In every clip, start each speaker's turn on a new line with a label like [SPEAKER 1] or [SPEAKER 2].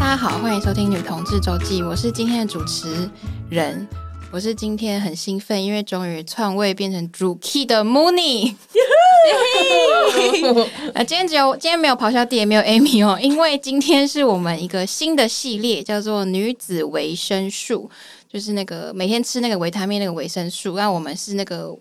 [SPEAKER 1] 家好，欢迎收听《女同志周记》，我是今天的主持人，我是今天很兴奋，因为终于篡位变成主 key 的 Mooney。呃， 今天只有今天没有咆哮帝，也没有 Amy 哦， 因为今天是我们一个新的系列，叫做女子维生素，就是那个每天吃那个维他命那个维生素，那我们是那个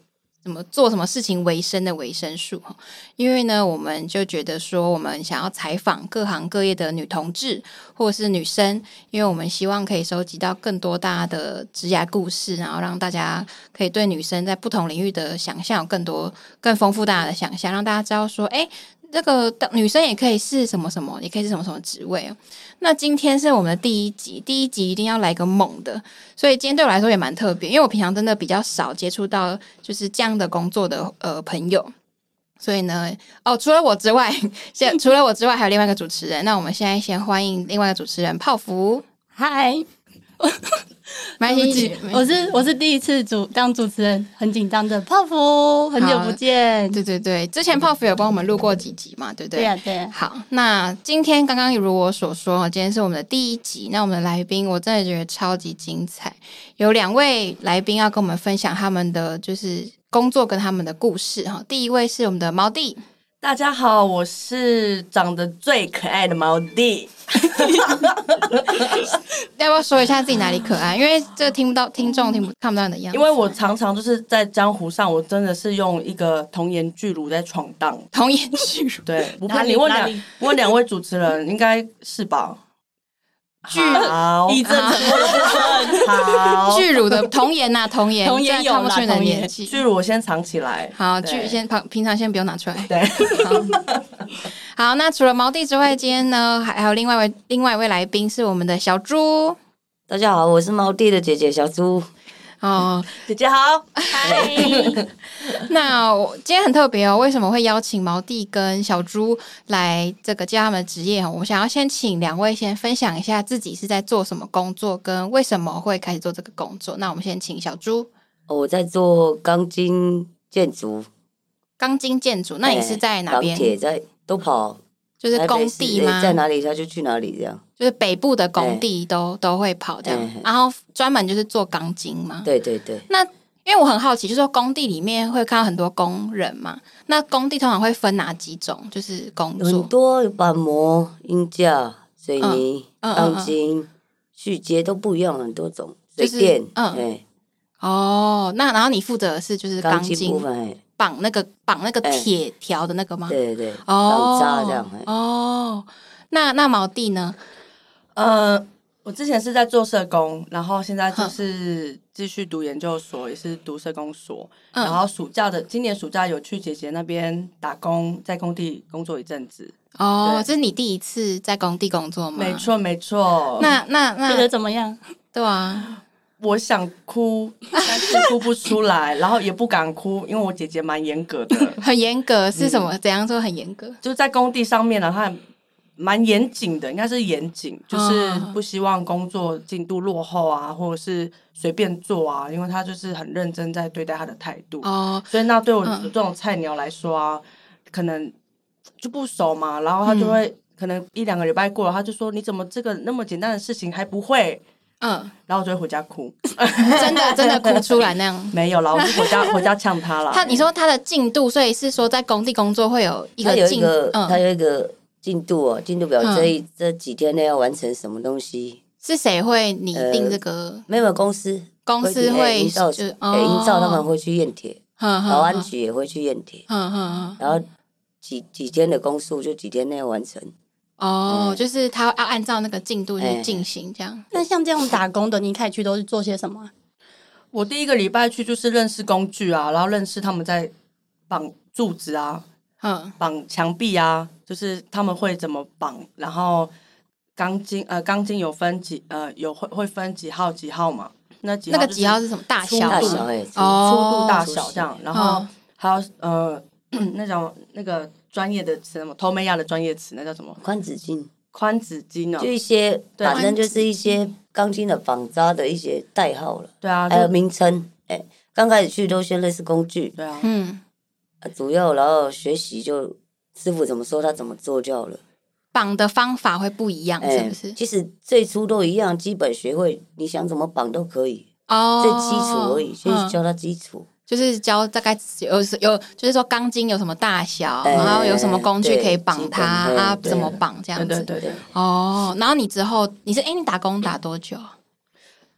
[SPEAKER 1] 怎么做什么事情维生的维生素哈。因为呢，我们就觉得说，我们想要采访各行各业的女同志或者是女生，因为我们希望可以收集到更多大家的职涯故事，然后让大家可以对女生在不同领域的想象有更多、更丰富大家的想象，让大家知道说，哎。那个女生也可以是什么什么，也可以是什么什么职位哦。那今天是我们的第一集，第一集一定要来个猛的，所以今天对我来说也蛮特别，因为我平常真的比较少接触到就是这样的工作的呃朋友，所以呢，哦，除了我之外，现 除了我之外还有另外一个主持人。那我们现在先欢迎另外一个主持人泡芙，
[SPEAKER 2] 嗨，
[SPEAKER 1] 没关
[SPEAKER 2] 对不
[SPEAKER 1] 系
[SPEAKER 2] 起，我是我是第一次主当主持人，很紧张的泡芙，很久不见。
[SPEAKER 1] 对对对，之前泡芙有帮我们录过几集嘛，对不对？
[SPEAKER 2] 对呀、啊对呀、
[SPEAKER 1] 好，那今天刚刚如我所说，今天是我们的第一集。那我们的来宾，我真的觉得超级精彩，有两位来宾要跟我们分享他们的就是工作跟他们的故事哈。第一位是我们的毛弟，
[SPEAKER 3] 大家好，我是长得最可爱的毛弟。
[SPEAKER 1] 要不要说一下自己哪里可爱？因为这个听不到，听众听不看不到你的样子。
[SPEAKER 3] 因为我常常就是在江湖上，我真的是用一个童颜巨乳在闯荡。
[SPEAKER 1] 童颜 巨乳，
[SPEAKER 3] 对， 不
[SPEAKER 2] 哪
[SPEAKER 3] 怕
[SPEAKER 2] 里
[SPEAKER 3] 你问
[SPEAKER 2] 哪
[SPEAKER 3] 两
[SPEAKER 2] 里
[SPEAKER 3] 问两位主持人，应该是吧？ 好，
[SPEAKER 2] 一阵沉默的部分，
[SPEAKER 3] 好，
[SPEAKER 1] 巨乳的童颜呐、童 颜，
[SPEAKER 2] 童
[SPEAKER 1] 真
[SPEAKER 2] 颜
[SPEAKER 1] 的看
[SPEAKER 2] 有
[SPEAKER 1] 不
[SPEAKER 2] 啦
[SPEAKER 1] 出你的
[SPEAKER 2] 童颜
[SPEAKER 1] 年纪。
[SPEAKER 3] 巨乳我先藏起来。
[SPEAKER 1] 好，
[SPEAKER 3] 对
[SPEAKER 1] 巨先平平常先不用拿出来。
[SPEAKER 3] 对，
[SPEAKER 1] 好，那除了毛弟之外，今天呢还还有另外一位另外一位来宾是我们的小猪
[SPEAKER 4] 大家好，我是猫弟的姐姐小猪。
[SPEAKER 1] 哦。
[SPEAKER 3] 姐姐好，
[SPEAKER 2] 嗨，
[SPEAKER 1] 那我今天很特别哦，为什么会邀请毛弟跟小猪来这个介绍他们的职业哦？我想要先请两位先分享一下自己是在做什么工作，跟为什么会开始做这个工作。那我们先请小猪，
[SPEAKER 4] 哦我在做钢筋建筑，
[SPEAKER 1] 钢筋建筑，那你是在哪
[SPEAKER 4] 哎
[SPEAKER 1] 边
[SPEAKER 4] 钢？铁在都跑，
[SPEAKER 1] 就是
[SPEAKER 4] 台
[SPEAKER 1] 工
[SPEAKER 4] 北市
[SPEAKER 1] 地
[SPEAKER 4] 哎
[SPEAKER 1] 吗？
[SPEAKER 4] 在哪里他就去哪里这样。
[SPEAKER 1] 就是北部的工地都、都会跑这样，
[SPEAKER 4] 嗯
[SPEAKER 1] 然后专门就是做钢筋嘛。
[SPEAKER 4] 对对对，
[SPEAKER 1] 那因为我很好奇，就是说工地里面会看到很多工人嘛，那工地通常会分哪几种？就是工作
[SPEAKER 4] 很，多有板模、音架、水泥、
[SPEAKER 1] 嗯嗯嗯嗯
[SPEAKER 4] 钢筋、续接都不一样，很多种。
[SPEAKER 1] 就
[SPEAKER 4] 水
[SPEAKER 1] 是
[SPEAKER 4] 电，
[SPEAKER 1] 嗯
[SPEAKER 4] 哎，
[SPEAKER 1] 哦，那然后你负责的是就是钢
[SPEAKER 4] 筋
[SPEAKER 1] 筋
[SPEAKER 4] 部分，哎，
[SPEAKER 1] 绑那个绑那个
[SPEAKER 4] 哎
[SPEAKER 1] 铁条的那个吗？
[SPEAKER 4] 对对，
[SPEAKER 1] 哦
[SPEAKER 4] 钢渣这样，哎，
[SPEAKER 1] 哦，那那毛弟呢？
[SPEAKER 3] 呃，我之前是在做社工，然后现在就是继续读研究所，也是读社工所。
[SPEAKER 1] 嗯
[SPEAKER 3] 然后暑假的今年暑假有去姐姐那边打工，在工地工作一阵子。
[SPEAKER 1] 哦，
[SPEAKER 3] 对
[SPEAKER 1] 这是你第一次在工地工作吗？
[SPEAKER 3] 没。错，没错。
[SPEAKER 1] 那那
[SPEAKER 2] 觉得
[SPEAKER 1] 那，
[SPEAKER 2] 怎么样？
[SPEAKER 1] 对啊，，
[SPEAKER 3] 我想哭，但是哭不出来，然后也不敢哭，因为我姐姐蛮严格的
[SPEAKER 1] 很严格是什么？
[SPEAKER 4] 嗯
[SPEAKER 1] 怎样说很严格？
[SPEAKER 3] 就在工地上面呢，她蛮严谨的，应该是严谨，就是
[SPEAKER 1] 嗯
[SPEAKER 3] 不希望工作进度落后啊，或者是随便做啊，因为她就是很认真在对待她的态度。
[SPEAKER 1] 哦，
[SPEAKER 3] 所以那对我
[SPEAKER 1] 嗯
[SPEAKER 3] 这种菜鸟来说啊，可能就不熟嘛，然后他
[SPEAKER 1] 嗯
[SPEAKER 3] 就会、可能一两个礼拜过了，他就说你怎么这个那么简单的事情还不会？
[SPEAKER 1] 嗯，
[SPEAKER 3] 然后我就会回家哭，
[SPEAKER 1] 真的真的哭出来那样。
[SPEAKER 3] 没有啦，我就回家回家呛他啦。
[SPEAKER 1] 他
[SPEAKER 4] 嗯
[SPEAKER 1] 你说他的进度，所以是说在工地工作会有一
[SPEAKER 4] 它有
[SPEAKER 1] 个
[SPEAKER 4] 一
[SPEAKER 1] 进，
[SPEAKER 4] 个，它
[SPEAKER 1] 嗯，
[SPEAKER 4] 有一个进度哦，进度表
[SPEAKER 1] 嗯
[SPEAKER 4] 这一这几天内要完成什么东西？
[SPEAKER 1] 是谁会拟定
[SPEAKER 4] 呃
[SPEAKER 1] 这个？
[SPEAKER 4] 没有公司
[SPEAKER 1] 公司
[SPEAKER 4] 规定哎
[SPEAKER 1] 会
[SPEAKER 4] 营造，
[SPEAKER 1] 就是
[SPEAKER 4] 哎营造他
[SPEAKER 1] 哦
[SPEAKER 4] 们会去验铁，
[SPEAKER 1] 哼
[SPEAKER 4] 呃保安，局也会去验铁，
[SPEAKER 1] 哼哼哼哼，
[SPEAKER 4] 然后几几天的工数就几天内完成。
[SPEAKER 1] 哦，
[SPEAKER 4] 哎
[SPEAKER 1] 就是他要按照那个进度去
[SPEAKER 4] 哎
[SPEAKER 1] 进行这样。
[SPEAKER 2] 那像这样打工的，你一开始去都是做些什么啊、
[SPEAKER 3] 我第一个礼拜去就是认识工具啊，然后认识他们在绑柱子啊、
[SPEAKER 4] 哎
[SPEAKER 1] 嗯，
[SPEAKER 3] 绑墙壁啊，就是他们会怎么绑，然后钢筋呃钢筋有分几呃有会会分几号几号嘛？那几
[SPEAKER 1] 那
[SPEAKER 3] 号
[SPEAKER 1] 个
[SPEAKER 3] 就是
[SPEAKER 1] 几号是什么大小
[SPEAKER 3] 粗
[SPEAKER 1] 吗？
[SPEAKER 3] 度
[SPEAKER 4] 大小哎、
[SPEAKER 1] 哦
[SPEAKER 3] 粗度大小这样，然后
[SPEAKER 1] 嗯
[SPEAKER 3] 还有呃 那种那个专业的词什么，头美亚的专业词那叫什么？
[SPEAKER 4] 宽直径，
[SPEAKER 3] 宽子巾哦
[SPEAKER 4] 就，一些，
[SPEAKER 3] 对
[SPEAKER 4] 反正就是一些钢筋的绑扎的一些代号了，
[SPEAKER 3] 对啊，
[SPEAKER 4] 还有
[SPEAKER 3] 就
[SPEAKER 4] 名称。哎、刚开始去都先认识工具，
[SPEAKER 3] 对啊，
[SPEAKER 1] 嗯，
[SPEAKER 4] 啊主要然后学习就师傅怎么说他怎么做就好了。哎
[SPEAKER 1] 绑的方法会不一样，是不是？
[SPEAKER 4] 其实最初都一样，基本学会，你想怎么绑都可以，
[SPEAKER 1] 哦，
[SPEAKER 4] 最基础而已，先
[SPEAKER 1] 嗯
[SPEAKER 4] 教他基础。
[SPEAKER 1] 就是教大概有有，就是说钢筋有什么大小，
[SPEAKER 4] 哎
[SPEAKER 1] 然后有什么工具
[SPEAKER 4] 对
[SPEAKER 1] 可以绑它
[SPEAKER 4] 基本
[SPEAKER 1] 啊，
[SPEAKER 4] 对
[SPEAKER 1] 怎么绑这样
[SPEAKER 3] 对
[SPEAKER 1] 子。
[SPEAKER 3] 对对对。
[SPEAKER 1] 哦，然后你之后你是哎，你打工打多久啊？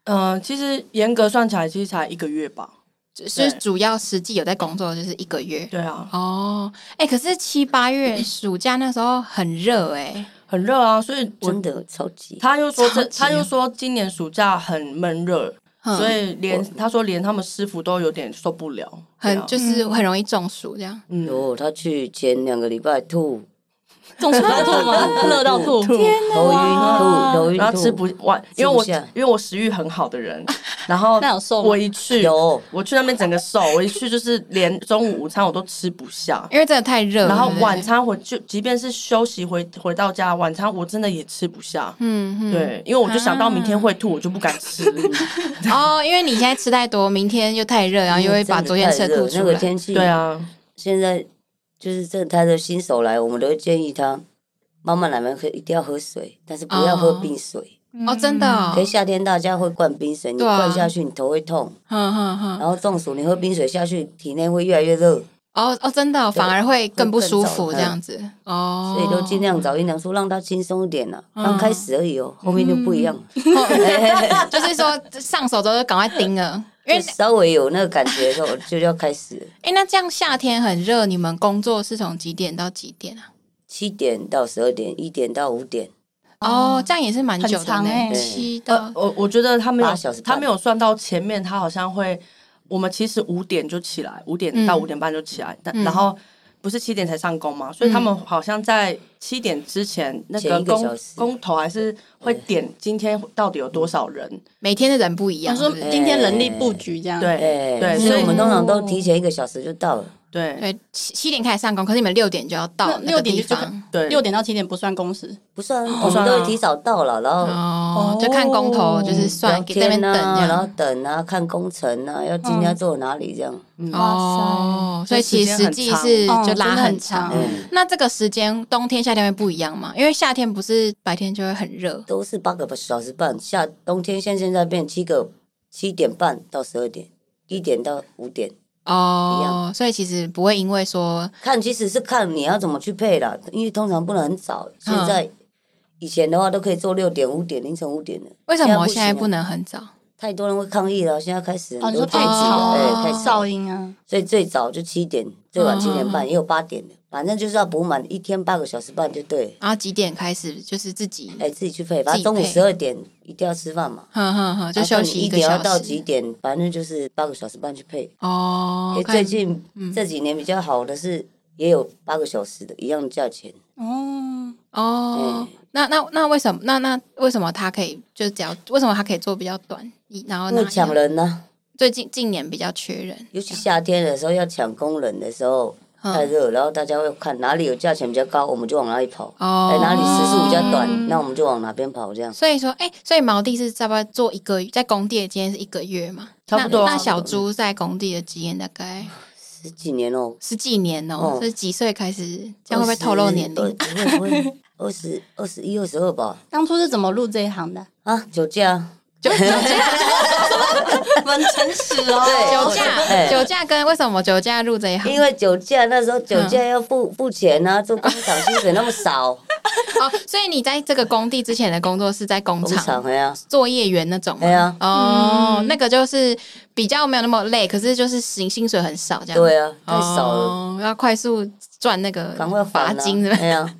[SPEAKER 3] 嗯、其实严格算起来，其实才一个月吧。
[SPEAKER 1] 就是主要实际有在工作，就是一个月。
[SPEAKER 3] 对啊，
[SPEAKER 1] 哦，哎、可是七八 月暑假那时候很热哎、
[SPEAKER 3] 很热啊，所以我
[SPEAKER 4] 真的超级，
[SPEAKER 3] 他又说这，
[SPEAKER 1] 超级
[SPEAKER 3] 他又说今年暑假很闷热，
[SPEAKER 1] 嗯
[SPEAKER 3] 所以连他说连他们师傅都有点受不了，对啊
[SPEAKER 1] 很就是很容易中暑这样。
[SPEAKER 3] 嗯
[SPEAKER 4] 哦，他去前两个礼拜吐，
[SPEAKER 2] 中暑到吐 吗？热到吐，
[SPEAKER 4] 头
[SPEAKER 1] 啊
[SPEAKER 4] 晕吐，头
[SPEAKER 3] 然
[SPEAKER 4] 晕
[SPEAKER 3] 后吃
[SPEAKER 4] 吐
[SPEAKER 3] 不，完，因为我
[SPEAKER 4] 吃不下
[SPEAKER 3] 因为我食欲很好的人，然后
[SPEAKER 2] 那有瘦吗
[SPEAKER 3] 我一去
[SPEAKER 4] 有
[SPEAKER 3] 我去那边整个瘦，我一去就是连中午午餐我都吃不下，
[SPEAKER 1] 因为真的太热了，
[SPEAKER 3] 然后
[SPEAKER 1] 对不对
[SPEAKER 3] 晚，餐回就即便是休息回回到家，晚餐我真的也吃不下。
[SPEAKER 1] 嗯啊嗯，
[SPEAKER 3] 对，因为我就想到明天会吐，我就不敢吃。
[SPEAKER 1] 哦，因为你现在吃太多，明天又太热，然
[SPEAKER 4] 啊
[SPEAKER 1] 后又会把昨天嗯吃的吐
[SPEAKER 4] 那
[SPEAKER 1] 出
[SPEAKER 4] 个
[SPEAKER 1] 来。
[SPEAKER 4] 天气，
[SPEAKER 3] 对，啊，
[SPEAKER 4] 现在就是这他的新手来，我们都会建议他慢慢来嘛，可以一定要喝水，但是不要喝
[SPEAKER 1] 哦
[SPEAKER 4] 冰水。
[SPEAKER 1] 哦，真的、哦
[SPEAKER 4] 可，是夏天大家会灌冰水，你
[SPEAKER 1] 对啊哦
[SPEAKER 4] 灌下去你头会痛，
[SPEAKER 1] 哼哼哼，
[SPEAKER 4] 然后中暑，你喝冰水下去体内会越来越热，
[SPEAKER 1] 哦哦，真的哦、反而会更嗯不舒服
[SPEAKER 4] 会
[SPEAKER 1] 这
[SPEAKER 4] 更燥
[SPEAKER 1] 样子。哦，嗯
[SPEAKER 4] 所以都 尽量找阴凉处，让他轻松一点啦。刚开始而已哦，后面就不一样了，
[SPEAKER 1] 哦就是说上手之后就赶快盯了，因为
[SPEAKER 4] 就稍微有那个感觉的时候就要开始了。
[SPEAKER 1] 哎、那这样夏天很热，你们工作是从几点到几点啊？
[SPEAKER 4] 七点到十二点，一点到五点，
[SPEAKER 1] 哦，这样也是蛮久
[SPEAKER 2] 嗯很
[SPEAKER 1] 的
[SPEAKER 2] 长
[SPEAKER 1] 呢，
[SPEAKER 2] 欸
[SPEAKER 1] 七到
[SPEAKER 3] 呃，
[SPEAKER 4] 哦
[SPEAKER 3] 我我觉得他没有
[SPEAKER 4] 八小时半
[SPEAKER 3] 他没有算到前面，他好像会，我们其实五点就起来，五点到
[SPEAKER 1] 嗯
[SPEAKER 3] 五点半就起来，但
[SPEAKER 1] 嗯
[SPEAKER 3] 然后不是七点才上工嘛，所以他们好像在七点之前，那
[SPEAKER 4] 前
[SPEAKER 3] 个
[SPEAKER 4] 一个小
[SPEAKER 3] 工
[SPEAKER 4] 时
[SPEAKER 3] 工头还是会点今天到底有多少人，
[SPEAKER 1] 每天的人不一
[SPEAKER 2] 他
[SPEAKER 1] 样，
[SPEAKER 2] 说
[SPEAKER 1] 是不是
[SPEAKER 2] 今天人力布局
[SPEAKER 1] 嗯
[SPEAKER 2] 这样，
[SPEAKER 3] 对
[SPEAKER 4] 哎，
[SPEAKER 3] 对，
[SPEAKER 4] 所
[SPEAKER 3] 所以
[SPEAKER 4] 以我们通常都提前一个小时就到了。
[SPEAKER 3] 对
[SPEAKER 1] 对七七点开始上工，可是你们六点就要到
[SPEAKER 2] 那
[SPEAKER 1] 那个
[SPEAKER 2] 六点
[SPEAKER 1] 地
[SPEAKER 2] 就
[SPEAKER 1] 方。
[SPEAKER 3] 对
[SPEAKER 2] 六点到七点不算工时，
[SPEAKER 4] 不算啊，我
[SPEAKER 3] 不
[SPEAKER 4] 们
[SPEAKER 3] 算啊
[SPEAKER 4] 都会提早到了，然后
[SPEAKER 1] 哦，就看工头，就是算
[SPEAKER 4] 嗯聊
[SPEAKER 1] 给在那边
[SPEAKER 4] 天
[SPEAKER 1] 等这
[SPEAKER 4] 啊，然后
[SPEAKER 1] 样。
[SPEAKER 4] 等啊，看工程啊，要今天要做哪里这样。
[SPEAKER 1] 哦，所以其实实际
[SPEAKER 3] 哇塞
[SPEAKER 1] 是
[SPEAKER 2] 哦
[SPEAKER 1] 就拉很
[SPEAKER 2] 真的很
[SPEAKER 1] 长
[SPEAKER 2] 长。
[SPEAKER 4] 嗯，
[SPEAKER 1] 那这个时间冬天夏天会不一样吗？因为夏天不是白天就会很热
[SPEAKER 4] 都是八个小时半，夏冬天像现在变七个，七点半到十二点，一点到五点。一
[SPEAKER 1] 哦，所以其实不会因为说
[SPEAKER 4] 看其实是看你要怎么去配啦，因为通常不能很早。
[SPEAKER 1] 嗯
[SPEAKER 4] 现在以前的话都可以做六点、五点、凌晨五点的，
[SPEAKER 1] 为什么哎现在
[SPEAKER 4] 现在不
[SPEAKER 1] 不
[SPEAKER 4] 行啊
[SPEAKER 1] 能很早
[SPEAKER 4] 太多人会抗议了。现在开始
[SPEAKER 2] 哦，
[SPEAKER 4] 很
[SPEAKER 2] 你
[SPEAKER 4] 多
[SPEAKER 2] 说
[SPEAKER 4] 太
[SPEAKER 2] 太
[SPEAKER 1] 吵
[SPEAKER 2] 吵，
[SPEAKER 4] 哎，太
[SPEAKER 2] 噪
[SPEAKER 4] 早，
[SPEAKER 2] 音啊，
[SPEAKER 4] 所以最早就七点，最晚
[SPEAKER 1] 嗯
[SPEAKER 4] 七点
[SPEAKER 1] 嗯
[SPEAKER 4] 半，也有八点的，反正就是要补满一天八个小时半就对了。
[SPEAKER 1] 然后几点开始就是自己，
[SPEAKER 4] 哎，自己去配，反正中午
[SPEAKER 1] 自己
[SPEAKER 4] 十
[SPEAKER 1] 配
[SPEAKER 4] 二点一定要吃饭嘛，
[SPEAKER 1] 哼哼哼，就
[SPEAKER 4] 啊
[SPEAKER 1] 休
[SPEAKER 4] 看
[SPEAKER 1] 息
[SPEAKER 4] 你
[SPEAKER 1] 一
[SPEAKER 4] 一
[SPEAKER 1] 个
[SPEAKER 4] 点要
[SPEAKER 1] 小
[SPEAKER 4] 到几
[SPEAKER 1] 时。
[SPEAKER 4] 点，反正就是八个小时半去配。
[SPEAKER 1] 哦
[SPEAKER 4] 哎，
[SPEAKER 1] 看嗯
[SPEAKER 4] 最近这几年比较好的是，也有八个小时的，一样的价钱。
[SPEAKER 2] 哦，
[SPEAKER 1] 哦，
[SPEAKER 4] 嗯
[SPEAKER 1] 那那那为什么？那那为什么他可以就只要为什么他可以做比较短？一然后
[SPEAKER 4] 因为
[SPEAKER 1] 拿
[SPEAKER 4] 抢人呢、
[SPEAKER 1] 最近近年比较缺人，
[SPEAKER 4] 尤其夏天的时候要抢工人的时候，太
[SPEAKER 1] 嗯
[SPEAKER 4] 热，然后大家会看哪里有价钱比较高，我们就往哪里跑；
[SPEAKER 1] 哦
[SPEAKER 4] 哎，哪里时速比较短，
[SPEAKER 2] 嗯
[SPEAKER 4] 那我们就往哪边跑。这样，
[SPEAKER 1] 所以说，哎、所以毛弟是差不多做一个在工地的经验是一个月嘛？
[SPEAKER 3] 差不多啊
[SPEAKER 1] 那。那小猪在工地的经验大概
[SPEAKER 4] 十几年哦，
[SPEAKER 1] 十几年哦、
[SPEAKER 4] 哦
[SPEAKER 1] 是几岁开始？这样会不会透露年龄？
[SPEAKER 4] 二十？不 会不会，二十二十一、二十二吧？
[SPEAKER 2] 当初是怎么入这一行的？
[SPEAKER 4] 啊，酒驾，
[SPEAKER 1] 酒驾，
[SPEAKER 2] 很诚实哦
[SPEAKER 4] 对
[SPEAKER 1] 酒驾，
[SPEAKER 4] 哎
[SPEAKER 1] 酒驾跟为什么酒驾入嗯这一行？
[SPEAKER 4] 因为酒驾那时候酒驾要付付钱啊，做工厂薪水那么少，
[SPEAKER 1] 哦，所以你在这个工地之前的工作是在 工
[SPEAKER 4] 工厂
[SPEAKER 1] 厂
[SPEAKER 4] 哎呀，
[SPEAKER 1] 作业员那种吗？
[SPEAKER 4] 哎呀
[SPEAKER 1] 哦，那个就是比较没有那么累，可是就是薪薪水很少这样。
[SPEAKER 4] 对啊，太少了，
[SPEAKER 1] 哦，要快速赚那个
[SPEAKER 4] 赶快
[SPEAKER 1] 罚
[SPEAKER 4] 还啊
[SPEAKER 1] 金是吧？
[SPEAKER 4] 哎呀。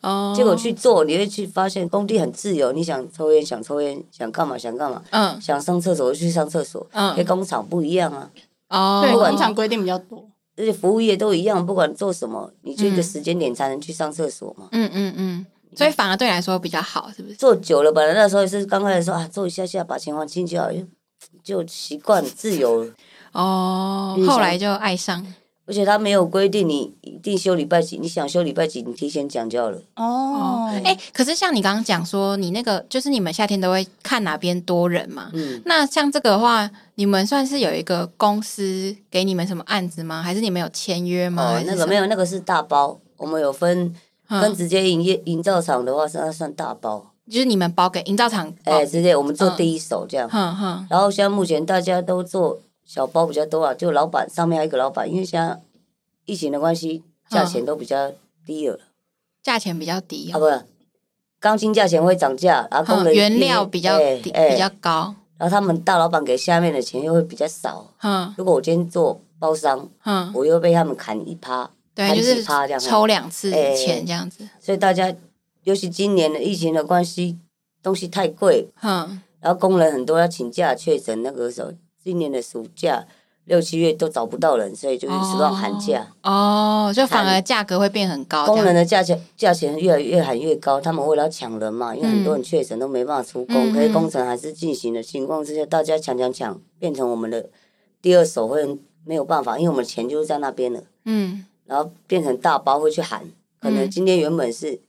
[SPEAKER 1] 哦，
[SPEAKER 4] 结果去做，你会去发现工地很自由，你想抽烟想抽烟，想干嘛想干嘛，
[SPEAKER 1] 嗯
[SPEAKER 4] 想上厕所就去上厕所。
[SPEAKER 1] 嗯
[SPEAKER 4] 跟工厂不一样啊，
[SPEAKER 1] 哦，
[SPEAKER 2] 对，工厂规定比较多，
[SPEAKER 4] 而且服务业都一样，不管做什么，你就一个时间点才能去上厕所嘛。
[SPEAKER 1] 嗯嗯嗯，所以反而对你来说比较好，是不是？
[SPEAKER 4] 做久了，本来那时候也是刚开始说啊，做一下下把钱还清就好，就就习惯自由了。
[SPEAKER 1] 哦，
[SPEAKER 4] 嗯
[SPEAKER 1] 后来就爱上
[SPEAKER 4] 而且他没有规定你一定休礼拜几，你想休礼拜几，你提前讲就好了。
[SPEAKER 2] 哦
[SPEAKER 1] 哦，，哎、可是像你刚刚讲说，你那个就是你们夏天都会看哪边多人嘛？
[SPEAKER 4] 嗯，
[SPEAKER 1] 那像这个的话，你们算是有一个公司给你们什么案子吗？还是你们有签约吗？
[SPEAKER 4] 哦
[SPEAKER 1] 还，是
[SPEAKER 4] 那
[SPEAKER 1] 什
[SPEAKER 4] 个
[SPEAKER 1] 么
[SPEAKER 4] 没有，那个是大包，我们有分跟直接营业营造厂的话，那算大包。
[SPEAKER 1] 就是你们包给营造厂包，嗯
[SPEAKER 4] 哎，直接我们做第一手这样。
[SPEAKER 1] 哼哼，
[SPEAKER 4] 然后现在目前大家都做小包比较多啊，就老板上面还有一个老板，因为现在疫情的关系，价钱都比较低了、
[SPEAKER 1] 价钱比较低
[SPEAKER 4] 啊，不是，钢筋价钱会涨价，然后工
[SPEAKER 1] 哼，嗯
[SPEAKER 4] 人
[SPEAKER 1] 原料比较
[SPEAKER 4] 哎
[SPEAKER 1] 低
[SPEAKER 4] 哎
[SPEAKER 1] 比较高，
[SPEAKER 4] 然后他们大老板给下面的钱又会比较少。
[SPEAKER 1] 哼
[SPEAKER 4] 如果我今天做包商，
[SPEAKER 1] 哼，
[SPEAKER 4] 我又被他们砍一趴，
[SPEAKER 1] 嗯对，
[SPEAKER 4] 砍
[SPEAKER 1] 就
[SPEAKER 4] 几
[SPEAKER 1] 是
[SPEAKER 4] 趴这样
[SPEAKER 1] 抽两次
[SPEAKER 4] 哎
[SPEAKER 1] 钱这样子，
[SPEAKER 4] 所以大家尤其今年的疫情的关系，东西太贵，
[SPEAKER 1] 哼
[SPEAKER 4] 然后工人很多要请假确诊，那个时候今年的暑假六七月都找不到人，所以就是只好喊价。
[SPEAKER 1] 哦，就反
[SPEAKER 4] 喊
[SPEAKER 1] 而价格会变很高，
[SPEAKER 4] 啊工
[SPEAKER 1] 这
[SPEAKER 4] 人
[SPEAKER 1] 样
[SPEAKER 4] 的价钱价钱越来越喊越高，他们为了要抢人嘛，因为很多人确诊都没办法出
[SPEAKER 1] 嗯
[SPEAKER 4] 工，可是工程还是进行的情况之下，大家抢抢抢，变成我们的第二手会没有办法，因为我们钱就是在那边了。
[SPEAKER 1] 嗯
[SPEAKER 4] 然后变成大包会去喊，可能
[SPEAKER 1] 嗯
[SPEAKER 4] 今天原本是、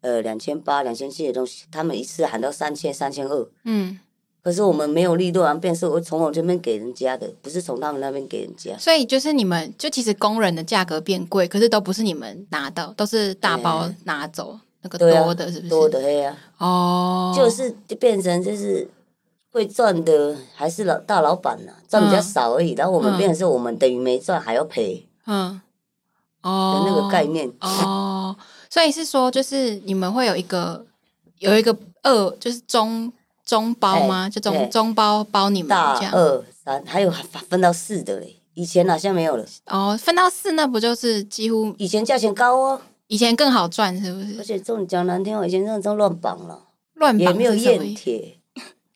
[SPEAKER 4] 呃两千八、两千七的东西，他们一次喊到三千、三千二，
[SPEAKER 1] 嗯，
[SPEAKER 4] 可是我们没有利润，然后变成是我从我这边给人家的，不是从他们那边给人家。
[SPEAKER 1] 所以就是你们就其实工人的价格变贵，可是都不是你们拿到，都是大包
[SPEAKER 4] 哎
[SPEAKER 1] 拿走那个
[SPEAKER 4] 对啊
[SPEAKER 1] 多的，是不是？
[SPEAKER 4] 多的黑啊，
[SPEAKER 1] 哦，
[SPEAKER 4] 就是就变成就是会赚的还是老大老板呐、赚比较少而已。然后我们
[SPEAKER 1] 嗯
[SPEAKER 4] 变成是我们等于没赚还要赔
[SPEAKER 1] 嗯
[SPEAKER 4] 的
[SPEAKER 1] 哦
[SPEAKER 4] 那个概念。
[SPEAKER 1] 哦，所以是说，就是你们会有一个有一个二，就是中中包吗？
[SPEAKER 4] 哎
[SPEAKER 1] 就中、
[SPEAKER 4] 对
[SPEAKER 1] 中包包你们这
[SPEAKER 4] 大
[SPEAKER 1] 样
[SPEAKER 4] 二三还有还分到四的嘞，以前好像没有了，
[SPEAKER 1] 哦，分到四那不就是几乎
[SPEAKER 4] 以前价钱高哦，
[SPEAKER 1] 以前更好赚，是不
[SPEAKER 4] 而
[SPEAKER 1] 是？
[SPEAKER 4] 且这种讲难听话，哦以前这种乱绑了。
[SPEAKER 1] 嗯乱
[SPEAKER 4] 也
[SPEAKER 1] 绑
[SPEAKER 4] 没有
[SPEAKER 1] 是什么
[SPEAKER 4] 验
[SPEAKER 1] 意思？
[SPEAKER 4] 铁，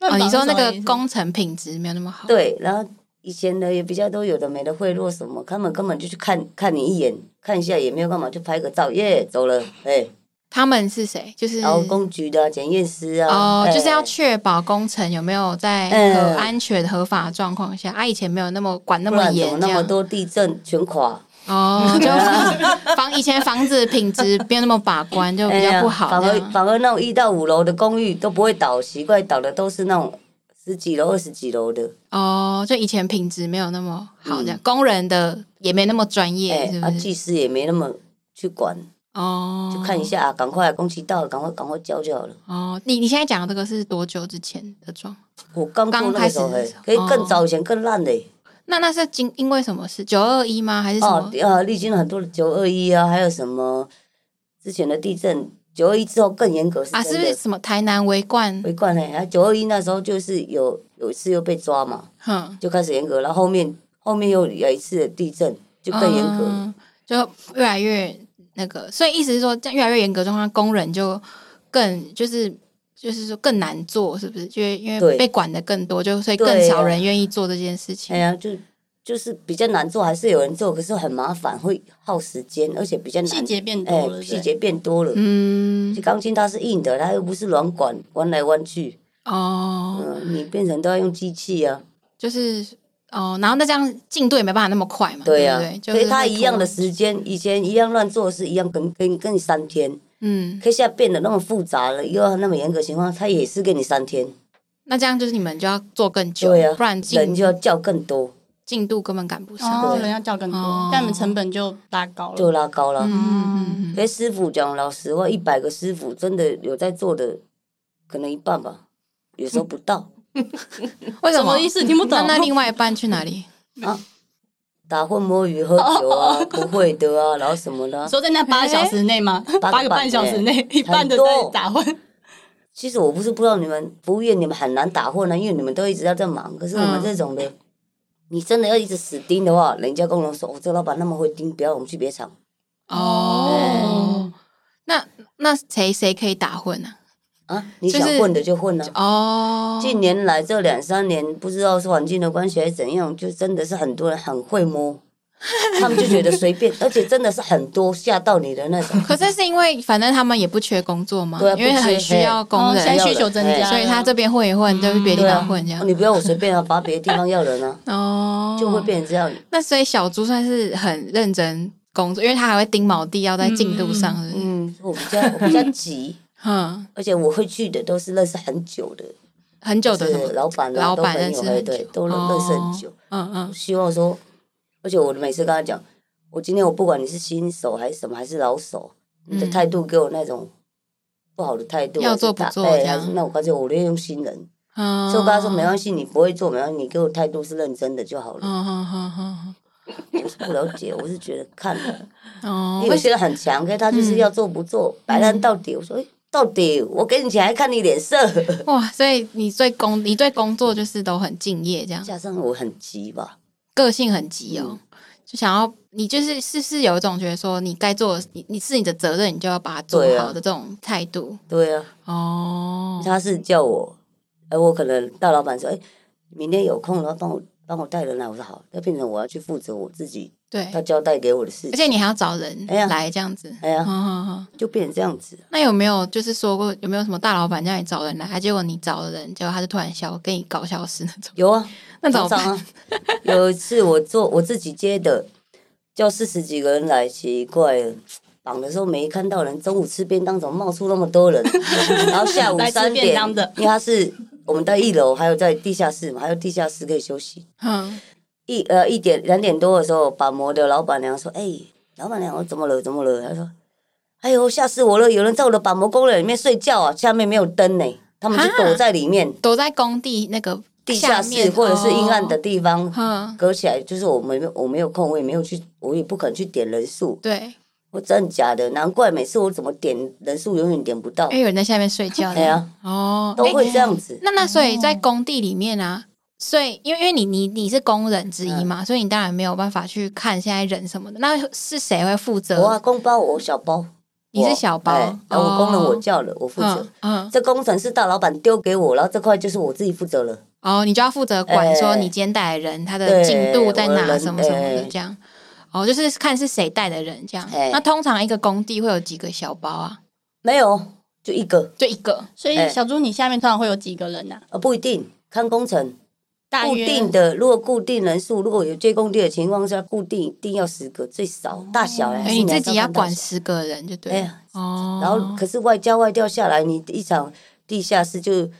[SPEAKER 1] 哦，你说那
[SPEAKER 2] 乱绑是什么
[SPEAKER 1] 个
[SPEAKER 2] 意思
[SPEAKER 1] 工程品质没有那么好，
[SPEAKER 4] 对，然后以前的也比较多有的没的贿赂什么，他们根本就去看看你一眼，看一下也没有干嘛，就拍个照，耶，走了，哎，
[SPEAKER 1] 嗯他们是谁？就是
[SPEAKER 4] 然后工局的啊、检验师啊，
[SPEAKER 1] 哦，
[SPEAKER 4] 哎
[SPEAKER 1] 就是要确保工程有没有在
[SPEAKER 4] 嗯
[SPEAKER 1] 合安全合法的状况下，啊，以前没有那么管那
[SPEAKER 4] 不
[SPEAKER 1] 么
[SPEAKER 4] 然怎么
[SPEAKER 1] 严，这
[SPEAKER 4] 那么
[SPEAKER 1] 样
[SPEAKER 4] 多地震全垮，
[SPEAKER 1] 哦， 就房以前房子品质没有那么把关，就比
[SPEAKER 4] 哎
[SPEAKER 1] 较
[SPEAKER 4] 呀
[SPEAKER 1] 不好
[SPEAKER 4] 反
[SPEAKER 1] 这
[SPEAKER 4] 而
[SPEAKER 1] 样。
[SPEAKER 4] 反而那种一到五楼的公寓都不会倒，奇怪，倒的都是那种十几楼、二十几楼的，
[SPEAKER 1] 哦，就以前品质没有那么好，这样、工人的也没那么专业，
[SPEAKER 4] 嗯哎
[SPEAKER 1] 是，
[SPEAKER 4] 啊，
[SPEAKER 1] 不是？
[SPEAKER 4] 技师也没那么去管，
[SPEAKER 1] 哦，
[SPEAKER 4] 就看一。下啊，赶快工期到了，赶快赶快交就好了。
[SPEAKER 1] 哦，你你现在讲的这个是多久之前的状？
[SPEAKER 4] 我刚
[SPEAKER 1] 刚
[SPEAKER 4] 做那
[SPEAKER 1] 开
[SPEAKER 4] 个
[SPEAKER 1] 始
[SPEAKER 4] 时候，
[SPEAKER 1] 的
[SPEAKER 4] 哎
[SPEAKER 1] 时候
[SPEAKER 4] 可以
[SPEAKER 1] 哦
[SPEAKER 4] 更早以前更烂的、哎
[SPEAKER 1] 那那是经因为什么事？九二一吗？还是什
[SPEAKER 4] 哦
[SPEAKER 1] 么？，
[SPEAKER 4] 呃，历经了很多的九二一啊，还有什么之前的地震，九二一之后更严格是
[SPEAKER 1] 啊，
[SPEAKER 4] 真
[SPEAKER 1] 是不
[SPEAKER 4] 的。
[SPEAKER 1] 是什么台南围冠？
[SPEAKER 4] 围观呢，然后九二一那时候就是有有一次又被抓嘛，
[SPEAKER 1] 哼，
[SPEAKER 4] 就开始严格，然后后面后面又有一次的地震，就更严格了。
[SPEAKER 1] 嗯就越来越那个。所以意思是说，这样越来越严格的状况，工人就更就是。就是说更难做，是不是？就因为
[SPEAKER 4] 对
[SPEAKER 1] 被管的更多，就所以
[SPEAKER 4] 对
[SPEAKER 1] 更少
[SPEAKER 4] 啊
[SPEAKER 1] 人愿意做这件事情
[SPEAKER 4] 哎。呀，就就是比较难做，还是有人做，可是很麻烦，会耗时间，而且比较难。
[SPEAKER 2] 细节变多
[SPEAKER 4] 哎，
[SPEAKER 2] 了，
[SPEAKER 4] 细
[SPEAKER 2] 对
[SPEAKER 4] 节变多了。
[SPEAKER 1] 嗯
[SPEAKER 4] 就，钢筋它是硬的，它又不是软管，弯来弯去，
[SPEAKER 1] 哦，
[SPEAKER 4] 嗯、你变成都要用机器啊。
[SPEAKER 1] 就是哦，然后那这样进度也没办法那么快嘛，
[SPEAKER 4] 对
[SPEAKER 1] 呀、
[SPEAKER 4] 呀、
[SPEAKER 1] 对？就
[SPEAKER 4] 所以
[SPEAKER 1] 是
[SPEAKER 4] 他
[SPEAKER 1] 会
[SPEAKER 4] 一样的
[SPEAKER 1] 拖
[SPEAKER 4] 时间，以前一样乱做是一样跟跟跟你三天，
[SPEAKER 1] 嗯，
[SPEAKER 4] 可是现在变得那么复杂了，又要那么严格情况，他也是给你三天，
[SPEAKER 1] 那这样就是你们就要做更久，
[SPEAKER 4] 对呀、
[SPEAKER 1] 哦
[SPEAKER 4] 啊
[SPEAKER 1] 不然
[SPEAKER 4] 人
[SPEAKER 1] 进
[SPEAKER 4] 就要叫更多，
[SPEAKER 1] 进度根本赶不上。
[SPEAKER 2] 哦，
[SPEAKER 4] 对
[SPEAKER 2] 人要叫更
[SPEAKER 1] 哦
[SPEAKER 2] 多，但你们成本就拉高
[SPEAKER 4] 就
[SPEAKER 2] 了。
[SPEAKER 4] 拉高了。
[SPEAKER 1] 嗯嗯嗯
[SPEAKER 4] 可是师傅讲老实话，一百个师傅真的有在做的，可能一半吧，有时候不到。
[SPEAKER 1] 嗯，为什
[SPEAKER 2] 什
[SPEAKER 1] 么
[SPEAKER 2] 么意思？听不懂
[SPEAKER 1] 那。那另外一半去哪里？
[SPEAKER 4] 打混摸鱼、喝酒啊，不会的啊，然后什么的啊、
[SPEAKER 2] 你说在那八个小时内吗？
[SPEAKER 4] 八个哎
[SPEAKER 2] 八个半小时内，一半的
[SPEAKER 4] 很
[SPEAKER 2] 在
[SPEAKER 4] 多
[SPEAKER 2] 打混。
[SPEAKER 4] 其实我不是不知道你们服务业你们很难打混啊，因为你们都一直要在忙。可是我
[SPEAKER 1] 嗯
[SPEAKER 4] 们这种的，你真的要一直死盯的话，人家工人说：“哦，这老板那么会盯，不要我们去别厂。哎
[SPEAKER 1] 哦，那那谁谁可以打混呢、”
[SPEAKER 4] 啊，你
[SPEAKER 1] 就是
[SPEAKER 4] 想混的就混了、啊。
[SPEAKER 1] 哦，
[SPEAKER 4] 近年来这两三年，不知道是环境的关系还是怎样，就真的是很多人很 会摸，他们就觉得随便，而且真的是很多吓到你的那种。
[SPEAKER 1] 可是是因为反正他们也不缺工作嘛，
[SPEAKER 4] 对啊
[SPEAKER 1] 因为
[SPEAKER 4] 不缺
[SPEAKER 1] 很需要工
[SPEAKER 2] 哦，现
[SPEAKER 1] 人，
[SPEAKER 2] 在需求增
[SPEAKER 4] 哎
[SPEAKER 2] 加了，
[SPEAKER 1] 所以他这边混一混，就去别地
[SPEAKER 4] 对
[SPEAKER 1] 方
[SPEAKER 4] 啊
[SPEAKER 1] 混这样
[SPEAKER 4] 哦。你不要我随便啊，把别的地方要人啊，
[SPEAKER 1] 哦，
[SPEAKER 4] 就会变成这样。
[SPEAKER 1] 那所以小猪算是很认真工作，因为他还会盯铆地，要在进度上，是不是？
[SPEAKER 4] 嗯，我比较我比较 急，
[SPEAKER 1] 嗯，
[SPEAKER 4] 而且我会去的都是认识很久的。
[SPEAKER 1] 很久的什
[SPEAKER 4] 就
[SPEAKER 1] 么
[SPEAKER 4] 是老板啊
[SPEAKER 1] 老
[SPEAKER 4] 都
[SPEAKER 1] 板
[SPEAKER 4] 很
[SPEAKER 1] 认
[SPEAKER 4] 有
[SPEAKER 1] 识
[SPEAKER 4] 哎
[SPEAKER 1] 很久，
[SPEAKER 4] 对，都认识很久。
[SPEAKER 1] 嗯嗯
[SPEAKER 4] 希望说，而且我每次跟他讲，我今天我不管你是新手还是什么，还是老手，你的态度给我那种不好的态度，
[SPEAKER 1] 嗯要做
[SPEAKER 4] 还是打
[SPEAKER 1] 不做
[SPEAKER 4] 哎
[SPEAKER 1] 这样
[SPEAKER 4] 还是那我干脆我利用新人，
[SPEAKER 1] 啊
[SPEAKER 4] 所以我跟他说没关系，你不会做没关系，你给我态度是认真的就好了。
[SPEAKER 1] 嗯哼哼哼
[SPEAKER 4] 我是不了解，我是觉得看了，
[SPEAKER 1] 哼哦嗯
[SPEAKER 4] 因，为有些人很强，可是他就是要做不做，摆烂到底。我说，哎、到底我给你钱还看你脸色，
[SPEAKER 1] 哇，所以你对工你对工作就是都很敬业，这样
[SPEAKER 4] 加上我很急吧，
[SPEAKER 1] 个性很急哦，
[SPEAKER 4] 嗯
[SPEAKER 1] 就想要你就是是是有一种觉得说你该做的你你是你的责任，你就要把它做
[SPEAKER 4] 对啊
[SPEAKER 1] 好的这种态度
[SPEAKER 4] 对啊，
[SPEAKER 1] 哦。
[SPEAKER 4] 他是叫我，哎，我可能大老板说，哎、明天有空然后帮我帮我带人来，我说好，那变成我要去负责我自己
[SPEAKER 1] 对，
[SPEAKER 4] 他交代给我的事
[SPEAKER 1] 而
[SPEAKER 4] 情，
[SPEAKER 1] 且你还要找人
[SPEAKER 4] 哎呀
[SPEAKER 1] 来这样子。
[SPEAKER 4] 哎呀，
[SPEAKER 1] 嗯嗯嗯
[SPEAKER 4] 就变成这样子。
[SPEAKER 1] 那有没有就是说过有没有什么大老板叫你找人来，啊结果你找的人，结果他就突然消跟你搞消失那种？
[SPEAKER 4] 有啊，
[SPEAKER 1] 那怎么
[SPEAKER 4] 常
[SPEAKER 1] 办？
[SPEAKER 4] 常啊，有一次我做我自己接的，叫四十几个人来，奇怪了。绑的时候没看到人，中午吃便当怎么冒出那么多 人？然后下午
[SPEAKER 2] 来吃
[SPEAKER 4] 三
[SPEAKER 2] 便
[SPEAKER 4] 点
[SPEAKER 2] 当的，
[SPEAKER 4] 因为他是我们在一楼，还有在地下室嘛，还有地下室可以休息。
[SPEAKER 1] 嗯，
[SPEAKER 4] 一呃一点两点多的时候，把摩的老板娘说：“哎、老板娘，我怎么了？怎么了？”她说：“哎呦，吓死我了！有人在我的板模工人里面睡觉啊，下面没有灯呢、他们就躲在里面
[SPEAKER 1] 躲在工地那个
[SPEAKER 4] 地下室
[SPEAKER 1] 面哦
[SPEAKER 4] 或者是阴暗的。地方。
[SPEAKER 1] 哦嗯，
[SPEAKER 4] 隔起来就是我没我没有空，我也没有去，我也不肯去点人数。
[SPEAKER 1] 对，
[SPEAKER 4] 我真的假的？难怪每次我怎么点人数永远点不到
[SPEAKER 1] 因，为有人在下面睡觉。
[SPEAKER 4] 对啊，
[SPEAKER 1] 哦，
[SPEAKER 4] 哦都
[SPEAKER 1] 哎
[SPEAKER 4] 会这样子。
[SPEAKER 1] 那那所以
[SPEAKER 4] 哦
[SPEAKER 1] 在工地里面啊，所以因为因为你你你是工人之
[SPEAKER 4] 嗯
[SPEAKER 1] 一嘛，所以你当然没有办法去看现在人什么的。那是谁会负
[SPEAKER 4] 我啊，
[SPEAKER 1] 责？
[SPEAKER 4] 公包我小包，
[SPEAKER 1] 哎你是
[SPEAKER 4] 我
[SPEAKER 1] 小包
[SPEAKER 4] 哎然后我工人
[SPEAKER 1] 哦
[SPEAKER 4] 我叫了，我负责。
[SPEAKER 1] 嗯嗯，
[SPEAKER 4] 这工程是大老板丢给我，然后这块就是我自己负责了。
[SPEAKER 1] 哦，你就要负责管
[SPEAKER 4] 哎
[SPEAKER 1] 说你今天带的人他的
[SPEAKER 4] 对
[SPEAKER 1] 进度在
[SPEAKER 4] 我
[SPEAKER 1] 哪
[SPEAKER 4] 的人
[SPEAKER 1] 什么什么的
[SPEAKER 4] 哎
[SPEAKER 1] 这样。哦，就是看是谁带的人这样。
[SPEAKER 4] 哎
[SPEAKER 1] 那通常一个工地会有几个小包啊？
[SPEAKER 4] 没有，就一个，
[SPEAKER 1] 就一个。
[SPEAKER 2] 所以
[SPEAKER 4] 哎
[SPEAKER 2] 小猪，你下面通常会有几个人呐、
[SPEAKER 4] 呃，不一定看工程。
[SPEAKER 2] 大
[SPEAKER 4] 固
[SPEAKER 2] 约
[SPEAKER 4] 定的，如果固定人数，如果有接工地的情况下，固定一定要十个，最少大小嘞。
[SPEAKER 1] 哎、
[SPEAKER 4] 还是
[SPEAKER 1] 你
[SPEAKER 4] 还
[SPEAKER 1] 自
[SPEAKER 4] 是
[SPEAKER 1] 己要
[SPEAKER 4] 看大
[SPEAKER 1] 管
[SPEAKER 4] 小
[SPEAKER 1] 十个人就对
[SPEAKER 4] 哎
[SPEAKER 1] 了。
[SPEAKER 4] 呀
[SPEAKER 1] 哦，
[SPEAKER 4] 然后可是外加外调下来，你一场地下室就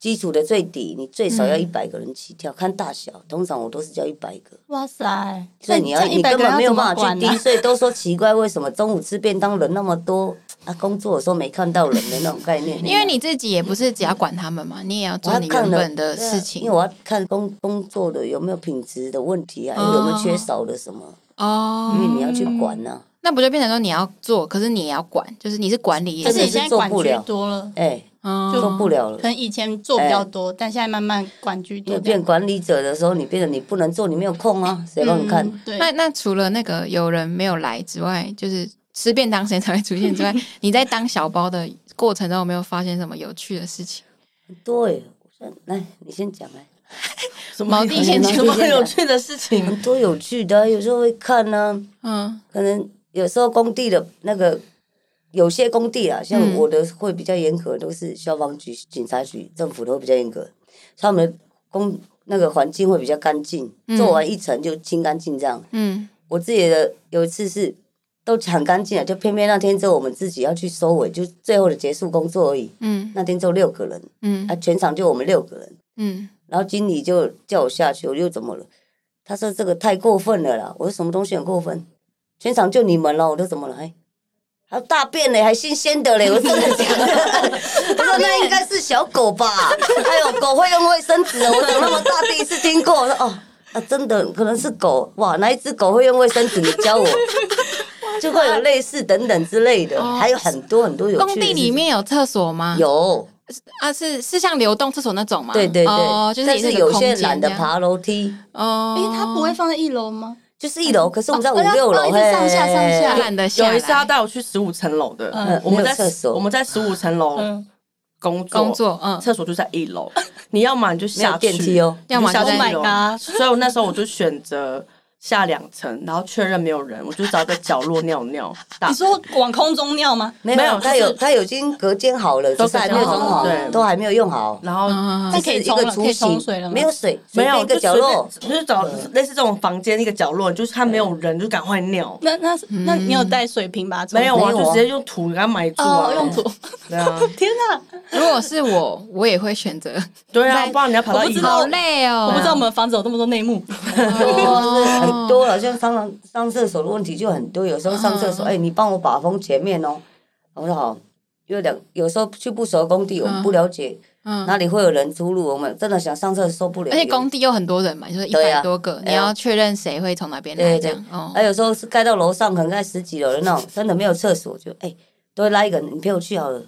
[SPEAKER 4] 基础的最底，你最少要
[SPEAKER 1] 嗯
[SPEAKER 4] 一百个人起跳，看大小。通常我都是叫一百个，
[SPEAKER 2] 哇塞，
[SPEAKER 4] 所以你要
[SPEAKER 2] 这
[SPEAKER 4] 你
[SPEAKER 2] 100
[SPEAKER 4] 根
[SPEAKER 2] 个人
[SPEAKER 4] 本
[SPEAKER 2] 要
[SPEAKER 4] 没有
[SPEAKER 2] 怎么
[SPEAKER 4] 办 法去
[SPEAKER 2] 管
[SPEAKER 4] 盯，
[SPEAKER 2] 啊
[SPEAKER 4] 所以都说奇怪，为什么中午吃便当人那么多？啊，工作的时候没看到人的那种概念。
[SPEAKER 1] 因为你自己也不是只要管他们嘛，你也要
[SPEAKER 4] 我
[SPEAKER 1] 做
[SPEAKER 4] 要
[SPEAKER 1] 你
[SPEAKER 4] 看
[SPEAKER 1] 原
[SPEAKER 4] 了
[SPEAKER 1] 本的
[SPEAKER 4] 对啊
[SPEAKER 1] 事情。
[SPEAKER 4] 因为我要看工工作的有没有品质的问题啊，
[SPEAKER 1] 哦
[SPEAKER 4] 有没有缺少的什么，
[SPEAKER 1] 哦，
[SPEAKER 4] 因为你要去管啊呢。
[SPEAKER 1] 那不就变成说你要做，可是你也要管，就是你是管理
[SPEAKER 2] 就
[SPEAKER 1] 也
[SPEAKER 2] 是你
[SPEAKER 4] 真的
[SPEAKER 2] 现
[SPEAKER 4] 是
[SPEAKER 2] 在
[SPEAKER 4] 做
[SPEAKER 2] 管
[SPEAKER 4] 不
[SPEAKER 2] 居
[SPEAKER 4] 了
[SPEAKER 2] 多了，
[SPEAKER 4] 哎，
[SPEAKER 1] 嗯，
[SPEAKER 4] 做不了了
[SPEAKER 2] 可。能以前做比较多，但现在慢慢管居
[SPEAKER 4] 因
[SPEAKER 2] 多
[SPEAKER 4] 为
[SPEAKER 2] 这样。
[SPEAKER 4] 变管理者的时候，你变成你不能做，你没有空啊，谁帮你看？
[SPEAKER 2] 嗯对，
[SPEAKER 1] 哦那那除了那个有人没有来之外，就是吃便当时间才会出现 之外，你在当小包的过程中有没有发现什么有趣的事情？
[SPEAKER 4] 对，我说来，你先讲哎来，
[SPEAKER 3] 什么
[SPEAKER 1] 毛地先
[SPEAKER 3] 什
[SPEAKER 1] 出
[SPEAKER 3] 么
[SPEAKER 4] 现
[SPEAKER 3] 有
[SPEAKER 4] 的
[SPEAKER 3] 趣的事情？
[SPEAKER 4] 很多有趣的啊、有时候会看啊呢、
[SPEAKER 1] 嗯
[SPEAKER 4] 可能有时候工地的那个有些工地啊，像
[SPEAKER 1] 嗯
[SPEAKER 4] 我的会比较严格，都是消防局、警察局、政府都会比较严格，他们的工那个环境会比较干净，
[SPEAKER 1] 嗯
[SPEAKER 4] 做完一层就清干净这样。
[SPEAKER 1] 嗯，
[SPEAKER 4] 我自己的有一次是都很干净了，就偏偏那天只有我们自己要去收尾，就最后的结束工作而已。
[SPEAKER 1] 嗯
[SPEAKER 4] 那天只有六个人，
[SPEAKER 1] 嗯
[SPEAKER 4] 啊，全场就我们六个人。
[SPEAKER 1] 嗯
[SPEAKER 4] 然后经理就叫我下去，我又怎么了？他说这个太过分了啦！我说什么东西很过分？全场就你们了，我都怎么了？哎，还有大便嘞，还新鲜的嘞！我真的假的？ 我说那应该是小狗吧？哎呦，狗会用卫生纸哦，我怎么那么大第一次听过？我说哦，啊，真的可能是狗哇，哪一只狗会用卫生纸？你教我。 就会有类似等等之类的，
[SPEAKER 1] 哦
[SPEAKER 4] 还有很多很多有趣的
[SPEAKER 1] 工地
[SPEAKER 4] 事
[SPEAKER 1] 里
[SPEAKER 4] 情
[SPEAKER 1] 面有厕所吗？
[SPEAKER 4] 有，
[SPEAKER 1] 啊，是是像流动厕所那种吗？
[SPEAKER 4] 对对对，
[SPEAKER 1] 哦，就是
[SPEAKER 4] 但
[SPEAKER 1] 也
[SPEAKER 4] 是
[SPEAKER 1] 个
[SPEAKER 4] 有
[SPEAKER 1] 空
[SPEAKER 4] 些
[SPEAKER 1] 间
[SPEAKER 4] 懒得
[SPEAKER 1] 这样
[SPEAKER 4] 爬楼梯。
[SPEAKER 1] 哦，
[SPEAKER 2] 诶，他不会放在一楼吗？
[SPEAKER 4] 就是一楼，可是我们在五
[SPEAKER 2] 哦要
[SPEAKER 4] 六
[SPEAKER 2] 哦
[SPEAKER 4] 楼，
[SPEAKER 2] 一直上下
[SPEAKER 4] 嘿
[SPEAKER 2] 上下
[SPEAKER 1] 懒得下
[SPEAKER 3] 有一次他
[SPEAKER 1] 来
[SPEAKER 3] 带我去十五层楼的，
[SPEAKER 2] 嗯
[SPEAKER 3] 我们
[SPEAKER 4] 没有厕
[SPEAKER 3] 在
[SPEAKER 4] 所
[SPEAKER 3] 我们在十五层
[SPEAKER 1] 哦
[SPEAKER 3] 楼
[SPEAKER 2] 嗯，
[SPEAKER 3] 工作，
[SPEAKER 1] 工作， 嗯，
[SPEAKER 3] 厕所就在一楼。你要么你就
[SPEAKER 4] 没有
[SPEAKER 3] 下
[SPEAKER 4] 电梯
[SPEAKER 3] 去，
[SPEAKER 4] 哦。
[SPEAKER 1] 要么
[SPEAKER 3] 你
[SPEAKER 1] 就
[SPEAKER 3] 下
[SPEAKER 2] ，Oh my
[SPEAKER 3] 去
[SPEAKER 1] 在
[SPEAKER 3] 楼
[SPEAKER 2] god，
[SPEAKER 3] 所以我那时候我就选择下两层，然后确认没有人，我就找一个角落尿尿。大
[SPEAKER 2] 你说往空中尿吗？
[SPEAKER 4] 没
[SPEAKER 3] 没有
[SPEAKER 4] 有，他
[SPEAKER 3] 就是
[SPEAKER 4] 有他有已经隔间好了，
[SPEAKER 3] 都
[SPEAKER 4] 只是还没有
[SPEAKER 2] 隔
[SPEAKER 4] 装
[SPEAKER 2] 间好了
[SPEAKER 4] 好，
[SPEAKER 3] 对
[SPEAKER 4] 都还没有用好，
[SPEAKER 3] 然后
[SPEAKER 1] 嗯
[SPEAKER 2] 那
[SPEAKER 4] 只
[SPEAKER 2] 可以
[SPEAKER 4] 是一
[SPEAKER 2] 冲
[SPEAKER 4] 个
[SPEAKER 2] 了
[SPEAKER 4] 雏
[SPEAKER 2] 可以冲
[SPEAKER 4] 形
[SPEAKER 2] 水了吗
[SPEAKER 4] 没有水，
[SPEAKER 3] 没
[SPEAKER 4] 随
[SPEAKER 3] 有
[SPEAKER 4] 便一个
[SPEAKER 3] 就
[SPEAKER 4] 角
[SPEAKER 3] 随便
[SPEAKER 4] 落，嗯
[SPEAKER 3] 就是找类似这种房间一个角落，就是他没有人就赶快尿。
[SPEAKER 2] 那那那你有带水瓶吧？
[SPEAKER 3] 没有啊，
[SPEAKER 4] 嗯没有
[SPEAKER 3] 就
[SPEAKER 4] 啊
[SPEAKER 3] 直接用土给它埋住啊
[SPEAKER 2] 哦，，用 土。
[SPEAKER 3] 对啊，
[SPEAKER 2] 天哪，
[SPEAKER 1] 如果是我，我也会选择，
[SPEAKER 3] 对啊，不然你要跑到
[SPEAKER 2] 我不
[SPEAKER 3] 一
[SPEAKER 2] 知
[SPEAKER 3] 楼
[SPEAKER 2] 道
[SPEAKER 1] 好，累哦，
[SPEAKER 2] 我不知道我们房子有这么多内幕。
[SPEAKER 4] 哦，是很多了。像上上厕所的问题就很多，有时候上厕所，
[SPEAKER 1] 嗯
[SPEAKER 4] 哎，你帮我把风前面哦，我说好，因为两有时候去不熟的工地，我们不了解
[SPEAKER 1] 嗯，
[SPEAKER 4] 哪里会有人出入，我们真的想上厕所受不了。
[SPEAKER 1] 而且工地有很多人嘛，就是一
[SPEAKER 4] 对
[SPEAKER 1] 百
[SPEAKER 4] 啊
[SPEAKER 1] 多个，你
[SPEAKER 4] 哎呀
[SPEAKER 1] 要确认谁会从哪边
[SPEAKER 4] 对
[SPEAKER 1] 来这
[SPEAKER 4] 对
[SPEAKER 1] 样。哦，
[SPEAKER 4] 还有时候是盖到楼上，可能盖十几楼的那种，真的没有厕所，就哎、都会拉一个人，你陪我去好了。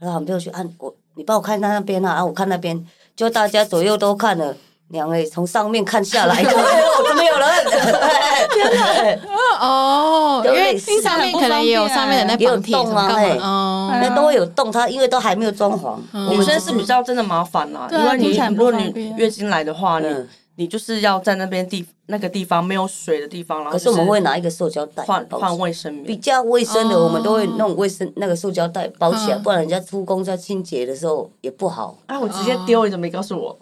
[SPEAKER 4] 他说好，你陪我去啊，我你帮我看那边啊，啊，我看那边，就大家左右都看了，两个从上面看下来，哎呦怎么有人？ 天哪！
[SPEAKER 1] 哦，因
[SPEAKER 4] 有
[SPEAKER 1] 为
[SPEAKER 4] 类似
[SPEAKER 1] 上面可能也有上面的那
[SPEAKER 4] 也有
[SPEAKER 1] 绑铁什
[SPEAKER 4] 洞
[SPEAKER 1] 么
[SPEAKER 4] 啊
[SPEAKER 1] 干
[SPEAKER 4] 哎
[SPEAKER 1] 嘛哦，
[SPEAKER 4] 那都会有洞，它因为都还没有装潢，
[SPEAKER 1] 嗯
[SPEAKER 3] 女生是比较真的麻烦啦，
[SPEAKER 2] 对
[SPEAKER 3] 因
[SPEAKER 2] 啊
[SPEAKER 3] 为你
[SPEAKER 2] 听起来很
[SPEAKER 3] 如
[SPEAKER 2] 不
[SPEAKER 3] 果
[SPEAKER 2] 方
[SPEAKER 3] 你
[SPEAKER 2] 便
[SPEAKER 3] 月经来的话，你
[SPEAKER 4] 嗯
[SPEAKER 3] 你就是要在那边地那个地方没有水的地方，然后
[SPEAKER 4] 可
[SPEAKER 3] 就是
[SPEAKER 4] 我们会拿一个塑胶袋
[SPEAKER 3] 换
[SPEAKER 4] 包
[SPEAKER 3] 换
[SPEAKER 4] 起
[SPEAKER 3] 卫生
[SPEAKER 4] 比
[SPEAKER 3] 棉，
[SPEAKER 4] 较卫生的，
[SPEAKER 1] 哦
[SPEAKER 4] 我们都会弄卫生那个塑胶袋包起来，
[SPEAKER 1] 嗯
[SPEAKER 4] 不然人家出工在清洁的时候也不好。
[SPEAKER 3] 啊，我直接
[SPEAKER 2] 哦
[SPEAKER 3] 丢，你怎么没告诉 我？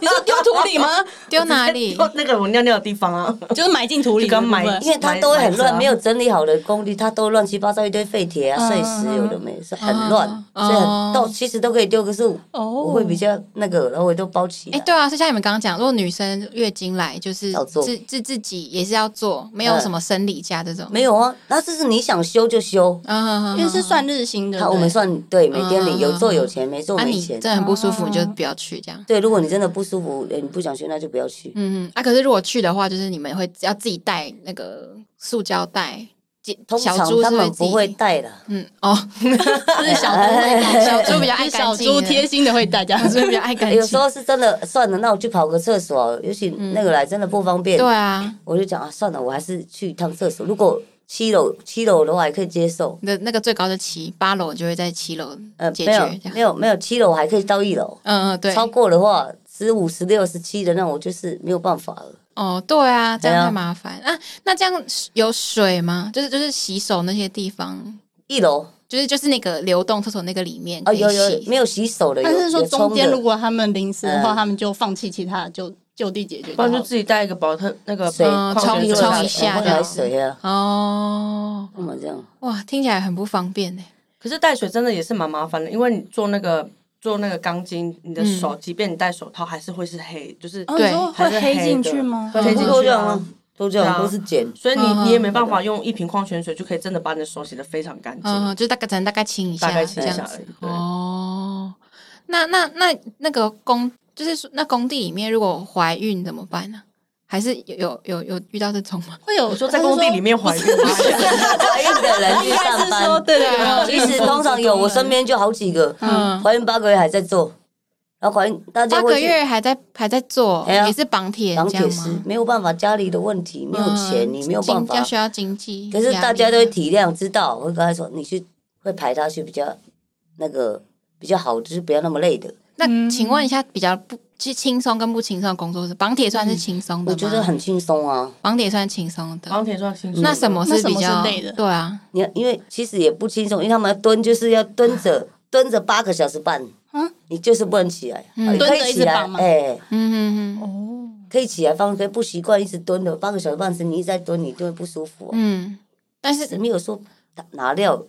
[SPEAKER 2] 你说丢土里 吗？
[SPEAKER 1] 丢哪里？
[SPEAKER 4] 啊
[SPEAKER 3] 丢那个我尿尿的地方啊，
[SPEAKER 2] 就是埋进土里的部分，
[SPEAKER 3] 就跟埋
[SPEAKER 4] 因为它都会很
[SPEAKER 3] 买买车
[SPEAKER 4] 乱，
[SPEAKER 3] 啊
[SPEAKER 4] 没有整理好的工地，它都乱七八糟一堆废铁
[SPEAKER 2] 嗯
[SPEAKER 4] 啊、碎石，有的没，是很
[SPEAKER 1] 嗯
[SPEAKER 4] 乱，
[SPEAKER 1] 嗯
[SPEAKER 4] 所以
[SPEAKER 1] 哦
[SPEAKER 4] 很都其实都可以丢，可是我
[SPEAKER 2] 哦
[SPEAKER 4] 我会比较那个，然后我都包起
[SPEAKER 1] 哎，
[SPEAKER 4] 来。
[SPEAKER 1] 对啊，就像你们刚刚讲，如果女生月经来，就是
[SPEAKER 4] 要做
[SPEAKER 1] 自自自己也是要做，没有
[SPEAKER 4] 嗯
[SPEAKER 1] 什么生理假这种。
[SPEAKER 4] 没有啊，那这是你想修就修，
[SPEAKER 1] 嗯，
[SPEAKER 2] 因为是算日薪的。
[SPEAKER 4] 他我们算对每天
[SPEAKER 1] 嗯
[SPEAKER 4] 领，有做有钱，没做
[SPEAKER 1] 啊，
[SPEAKER 4] 没
[SPEAKER 1] 你
[SPEAKER 4] 钱
[SPEAKER 1] 真。的很不舒服，
[SPEAKER 2] 哦
[SPEAKER 1] 你就不要去这样。
[SPEAKER 4] 对，如果你真的不舒服，哎你不想去，那就不要去。
[SPEAKER 1] 嗯嗯啊，可是如果去的话，就是你们会要自己带那个塑胶袋，
[SPEAKER 4] 通
[SPEAKER 1] 小
[SPEAKER 4] 常
[SPEAKER 1] 猪
[SPEAKER 4] 他
[SPEAKER 1] 是
[SPEAKER 4] 们
[SPEAKER 1] 自己
[SPEAKER 4] 不会带的，
[SPEAKER 1] 嗯哦，
[SPEAKER 2] 就是小猪会带，
[SPEAKER 1] 小猪 比较爱
[SPEAKER 2] 小
[SPEAKER 1] 干净
[SPEAKER 2] 猪贴心的会带这样
[SPEAKER 1] 所
[SPEAKER 2] 子。
[SPEAKER 1] 以比较爱干
[SPEAKER 4] 有时
[SPEAKER 1] 净。
[SPEAKER 4] 候是真的算了，那我去跑个厕所啊，尤其那个来真的不方便。
[SPEAKER 1] 嗯对啊，
[SPEAKER 4] 我就讲啊，算了，我还是去一趟厕所。如果七楼七楼的话还可以接受，
[SPEAKER 1] 你的那个最高的七八楼就会在七楼
[SPEAKER 4] 呃，
[SPEAKER 1] 解
[SPEAKER 4] 没有
[SPEAKER 1] 决这样。
[SPEAKER 4] 没有没有七楼还可以到一楼，
[SPEAKER 1] 嗯嗯，对，
[SPEAKER 4] 超过的话十五、十六、十七的那我就是没有办法了。
[SPEAKER 1] 哦，对啊，这
[SPEAKER 4] 对
[SPEAKER 1] 样
[SPEAKER 4] 啊
[SPEAKER 1] 太麻烦啊。那这样有水吗？就是就是洗手那些地方，
[SPEAKER 4] 一楼
[SPEAKER 1] 就是就是那个流动厕所那个里面
[SPEAKER 4] 哦，
[SPEAKER 1] 可以
[SPEAKER 4] 有有
[SPEAKER 1] 洗
[SPEAKER 4] 没有洗手的，有
[SPEAKER 2] 但是说
[SPEAKER 4] 有
[SPEAKER 2] 中
[SPEAKER 4] 冲
[SPEAKER 2] 间如
[SPEAKER 4] 的，
[SPEAKER 2] 果他们临时的话，
[SPEAKER 4] 嗯
[SPEAKER 2] 他们就放弃其他的，就就地解决就
[SPEAKER 3] 不
[SPEAKER 2] 好
[SPEAKER 3] 然就
[SPEAKER 2] 了。
[SPEAKER 3] 自己带一个保特那个
[SPEAKER 4] 水
[SPEAKER 1] 嗯
[SPEAKER 3] 矿泉
[SPEAKER 1] 冲
[SPEAKER 3] 水
[SPEAKER 1] 冲一下
[SPEAKER 4] 我会
[SPEAKER 1] 这样
[SPEAKER 4] 来
[SPEAKER 1] 子
[SPEAKER 4] 水啊，
[SPEAKER 1] 哦。
[SPEAKER 4] 干嘛这样？
[SPEAKER 1] 哇，听起来很不方便欸呢。
[SPEAKER 3] 可是带水真的也是蛮麻烦的，因为你做那个做那个钢筋，你的
[SPEAKER 1] 嗯
[SPEAKER 3] 手、即便你戴手套还是会是黑，就是、
[SPEAKER 2] 哦，
[SPEAKER 1] 对
[SPEAKER 2] 你说
[SPEAKER 3] 还
[SPEAKER 2] 会
[SPEAKER 3] 是
[SPEAKER 2] 黑进
[SPEAKER 3] 的
[SPEAKER 2] 去吗？哦
[SPEAKER 3] 会
[SPEAKER 4] 全
[SPEAKER 3] 黑
[SPEAKER 4] 部
[SPEAKER 3] 进
[SPEAKER 4] 都
[SPEAKER 3] 去
[SPEAKER 4] 这样
[SPEAKER 3] 啊
[SPEAKER 4] 啊。，都这样
[SPEAKER 3] 对啊
[SPEAKER 4] 都是碱。
[SPEAKER 3] 所以你、
[SPEAKER 1] 嗯
[SPEAKER 3] 你也没办法用一瓶矿泉水就可以真的把你的手洗得非常干净，
[SPEAKER 1] 嗯，就大概只能大概清一下，
[SPEAKER 3] 大概清一
[SPEAKER 1] 这
[SPEAKER 3] 下
[SPEAKER 1] 样
[SPEAKER 3] 而
[SPEAKER 1] 子
[SPEAKER 3] 已。对，
[SPEAKER 1] 哦，那那那那个工就是说，那工地里面如果怀孕怎么办呢、还是有有有有遇到这种 吗？
[SPEAKER 2] 会有哦
[SPEAKER 3] 我说在工地里面怀孕吗，
[SPEAKER 4] 怀孕的人去
[SPEAKER 2] 应该
[SPEAKER 4] 上
[SPEAKER 2] 是说
[SPEAKER 4] 班，
[SPEAKER 2] 对
[SPEAKER 1] 对啊
[SPEAKER 2] 对，
[SPEAKER 4] 其实通常有，我身边就好几个，
[SPEAKER 1] 嗯，
[SPEAKER 4] 怀孕八个月还在做，然后怀孕大家
[SPEAKER 1] 八
[SPEAKER 4] 会
[SPEAKER 1] 个
[SPEAKER 4] 去
[SPEAKER 1] 月还在还在做，
[SPEAKER 4] 哎呀
[SPEAKER 1] 也是绑铁
[SPEAKER 4] 绑
[SPEAKER 1] 这样
[SPEAKER 4] 铁丝
[SPEAKER 1] 吗？
[SPEAKER 4] 没有办法，家里的问题没有钱，
[SPEAKER 1] 嗯
[SPEAKER 4] 你没有办
[SPEAKER 1] 经要
[SPEAKER 4] 法。
[SPEAKER 1] 需要经济，
[SPEAKER 4] 可是大家都
[SPEAKER 1] 压
[SPEAKER 4] 会
[SPEAKER 1] 力
[SPEAKER 4] 体谅，知道。我会跟他说，你去会排他去比较那个比较好，就是不要那么累的。
[SPEAKER 1] 那
[SPEAKER 2] 嗯
[SPEAKER 1] 请问一下，比较不是轻松跟不轻松的工作是绑铁
[SPEAKER 2] 嗯
[SPEAKER 1] 算是轻松的吗？
[SPEAKER 4] 我觉得很轻松啊。
[SPEAKER 1] 绑铁算轻松的，
[SPEAKER 3] 钢铁算清
[SPEAKER 1] 嗯
[SPEAKER 3] 楚。
[SPEAKER 1] 那什么
[SPEAKER 2] 那
[SPEAKER 1] 是
[SPEAKER 2] 什么
[SPEAKER 1] 比较
[SPEAKER 2] 是累的
[SPEAKER 1] 对啊，
[SPEAKER 4] 你看因为其实也不轻松，因为他们要蹲就是要蹲着蹲着八个小时半
[SPEAKER 2] 嗯，
[SPEAKER 4] 你就是不能起来，
[SPEAKER 1] 嗯
[SPEAKER 4] 啊你可
[SPEAKER 2] 蹲着
[SPEAKER 4] 以
[SPEAKER 2] 一直
[SPEAKER 4] 起来
[SPEAKER 2] 绑，吗
[SPEAKER 4] 哎，
[SPEAKER 1] 嗯嗯嗯
[SPEAKER 2] 哦，
[SPEAKER 4] 可以起来放，可以不习惯一直蹲的八个小时半时，你一直在蹲，你就会不舒服啊。
[SPEAKER 1] 嗯，但是
[SPEAKER 4] 是没有说拿拿料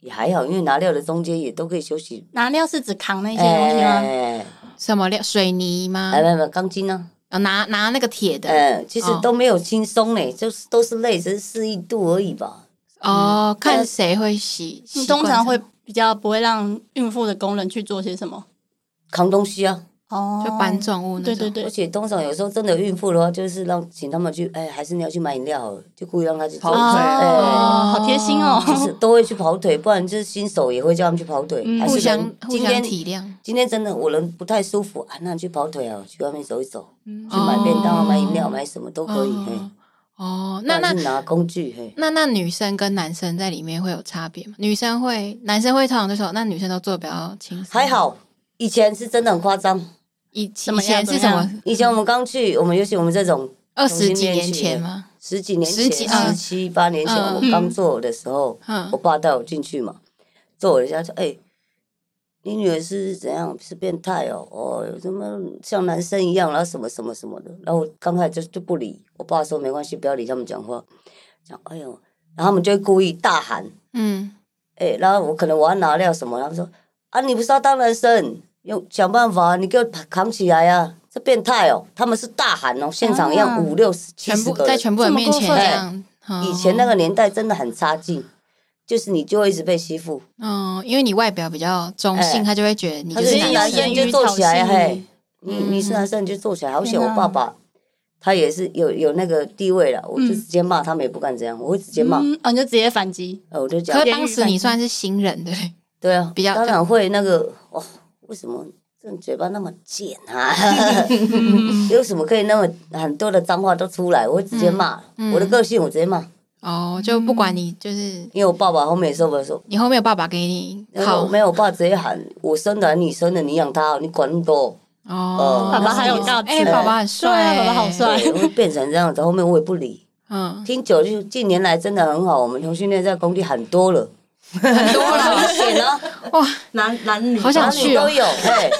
[SPEAKER 4] 也还好，因为拿料的中间也都可以休息。
[SPEAKER 2] 拿料是指扛那些东西吗？
[SPEAKER 4] 哎
[SPEAKER 1] 什么料水泥吗？
[SPEAKER 4] 哎，没有没有，钢筋呢？
[SPEAKER 1] 啊拿拿那个铁的，
[SPEAKER 4] 嗯，其实
[SPEAKER 1] 哦
[SPEAKER 4] 都没有轻松嘞，就是都是累，只是适应度而已吧。
[SPEAKER 1] 哦，
[SPEAKER 4] 嗯
[SPEAKER 1] 看谁会洗，习
[SPEAKER 2] 你
[SPEAKER 1] 惯
[SPEAKER 2] 通常
[SPEAKER 1] 什
[SPEAKER 2] 会
[SPEAKER 1] 么
[SPEAKER 2] 比较不会让孕妇的工人去做些什么？
[SPEAKER 4] 扛东西啊，
[SPEAKER 2] 哦，
[SPEAKER 1] 就搬重物那
[SPEAKER 2] 对
[SPEAKER 1] 种。
[SPEAKER 2] 对
[SPEAKER 4] 而
[SPEAKER 2] 对，
[SPEAKER 4] 且通常有时候真的有孕妇的话，就是让请他们去，哎，还是你要去买饮料好了，就故意让他去做
[SPEAKER 3] 跑，腿
[SPEAKER 2] 哦，好贴心哦，
[SPEAKER 4] 就是都会去跑腿，不然就是新手也会叫他们去跑腿，
[SPEAKER 2] 嗯
[SPEAKER 4] 还
[SPEAKER 1] 互
[SPEAKER 4] 是
[SPEAKER 1] 相
[SPEAKER 4] 人
[SPEAKER 1] 互
[SPEAKER 4] 今
[SPEAKER 1] 相
[SPEAKER 4] 天
[SPEAKER 1] 体谅，
[SPEAKER 4] 今天真的我人不太舒服啊，那你去跑腿啊，去外面走一走，
[SPEAKER 1] 去
[SPEAKER 4] 去买便当啊，
[SPEAKER 1] 哦
[SPEAKER 4] 买饮料，买什么都可以，嘿
[SPEAKER 1] 哦，哦，那
[SPEAKER 4] 那
[SPEAKER 1] 那
[SPEAKER 4] 是拿工具，嘿。
[SPEAKER 1] 那那女生跟男生在里面会有差别吗？女生会，男生会通常就说，那女生都做得比较轻松。
[SPEAKER 4] 还，好，以前是真的很夸张。
[SPEAKER 1] 以以
[SPEAKER 2] 么样
[SPEAKER 1] 前是
[SPEAKER 2] 怎
[SPEAKER 1] 什
[SPEAKER 2] 么样
[SPEAKER 1] 么？
[SPEAKER 4] 以前我们刚去，我们尤其我们这种
[SPEAKER 1] 二十几
[SPEAKER 4] 重新
[SPEAKER 1] 年
[SPEAKER 4] 练习
[SPEAKER 1] 前吗？
[SPEAKER 4] 十几年前、
[SPEAKER 1] 十几嗯
[SPEAKER 4] 十七八年前，
[SPEAKER 1] 嗯
[SPEAKER 4] 我刚做的时候，
[SPEAKER 1] 嗯
[SPEAKER 4] 我爸带我进去嘛，做我一下说：“哎、你女儿是怎样？是变态哦？哦，有什么像男生一样，然后什么什么什么的。”然后我刚开始就就不理，我爸说：“没关系，不要理他们讲话。”讲：“哎呦！”然后他们就会故意大喊，
[SPEAKER 1] 嗯，
[SPEAKER 4] 哎、然后我可能我要拿料什么，他们说啊，你不是要当男生，用想办法，你给我扛起来啊，这变态哦！他们是大喊哦，现场要
[SPEAKER 2] 啊
[SPEAKER 4] 五六十、七
[SPEAKER 1] 全
[SPEAKER 4] 十
[SPEAKER 1] 部
[SPEAKER 4] 个
[SPEAKER 1] 在
[SPEAKER 4] 人。
[SPEAKER 1] 全部人面前
[SPEAKER 2] 这么过
[SPEAKER 1] 这
[SPEAKER 2] 分
[SPEAKER 1] 样。哦
[SPEAKER 4] 以前那个年代真的很差劲，就是你就会一直被欺负。
[SPEAKER 1] 嗯，因为你外表比较中性，
[SPEAKER 4] 哎
[SPEAKER 1] 他就会觉得你
[SPEAKER 4] 他
[SPEAKER 1] 就
[SPEAKER 4] 说
[SPEAKER 1] 是
[SPEAKER 2] 是
[SPEAKER 4] 你
[SPEAKER 1] 男生。
[SPEAKER 2] 男
[SPEAKER 4] 男生
[SPEAKER 2] 生
[SPEAKER 4] 就坐起来，嘿，
[SPEAKER 1] 嗯
[SPEAKER 4] 你
[SPEAKER 1] 啊
[SPEAKER 4] 你是男生你就坐起来。好险，
[SPEAKER 2] 天
[SPEAKER 4] 我
[SPEAKER 2] 哪
[SPEAKER 4] 爸爸他也是有有那个地位了，我就
[SPEAKER 2] 嗯
[SPEAKER 4] 直接骂他们也不敢这样，我会直接骂，
[SPEAKER 2] 嗯，哦，你就直接反击，
[SPEAKER 4] 呃我就讲
[SPEAKER 1] 可，
[SPEAKER 2] 以
[SPEAKER 1] 当时你算是新人对不对？
[SPEAKER 4] 对啊，
[SPEAKER 1] 比较
[SPEAKER 4] 当然会那个哇，为什么这嘴巴那么贱啊？
[SPEAKER 1] 嗯
[SPEAKER 4] 有什么可以那么很多的脏话都出来？我会直接骂，
[SPEAKER 1] 嗯嗯
[SPEAKER 4] 我的个性我直接骂，
[SPEAKER 1] 哦，就不
[SPEAKER 2] 嗯
[SPEAKER 1] 管你就是
[SPEAKER 4] 因为我爸爸后面也受不了说。
[SPEAKER 1] 你后面有爸爸给你
[SPEAKER 4] 那个
[SPEAKER 1] 好
[SPEAKER 4] 没有，我爸直接喊我生的，你生的，你养他，你管那么多。
[SPEAKER 1] 哦，
[SPEAKER 4] 爸爸
[SPEAKER 2] 还有大只
[SPEAKER 1] 哎，
[SPEAKER 4] 欸
[SPEAKER 1] 爸爸很帅，
[SPEAKER 2] 对啊爸爸好帅
[SPEAKER 4] 对，会变成这样子，后面我也不理。
[SPEAKER 1] 嗯，
[SPEAKER 4] 听久了就近年来真的很好，我们同性恋在工地很多了，
[SPEAKER 1] 很多了，
[SPEAKER 4] 显 啊，
[SPEAKER 3] 男男女
[SPEAKER 1] 好想
[SPEAKER 4] 男女
[SPEAKER 1] 去哦
[SPEAKER 4] 都有，对，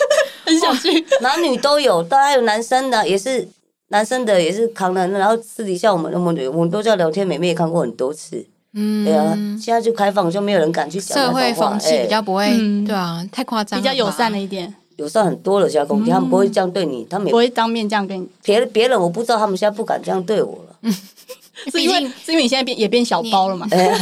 [SPEAKER 2] 很想去，
[SPEAKER 4] 男女都有，当然还有男生的也是。男生的也是扛人，然后私底下我们我们我们都叫聊天，妹妹也看过很多次，对啊，
[SPEAKER 1] 嗯，
[SPEAKER 4] 现在就开放就没有人敢去讲
[SPEAKER 1] 社会
[SPEAKER 4] 那种话
[SPEAKER 1] 风气
[SPEAKER 4] 哎
[SPEAKER 1] 比较不会，
[SPEAKER 2] 嗯
[SPEAKER 1] 对啊，太夸张，
[SPEAKER 2] 比较友善了。一点，
[SPEAKER 4] 友善很多了，现在工地、他们不会
[SPEAKER 1] 嗯
[SPEAKER 4] 这样对你，他们
[SPEAKER 2] 不
[SPEAKER 4] 也
[SPEAKER 2] 会当面这样跟你，
[SPEAKER 4] 别别人我不知道，他们现在不敢这样对我 了。
[SPEAKER 2] 是因为是因为你现在变也变小包了嘛，
[SPEAKER 4] 哎，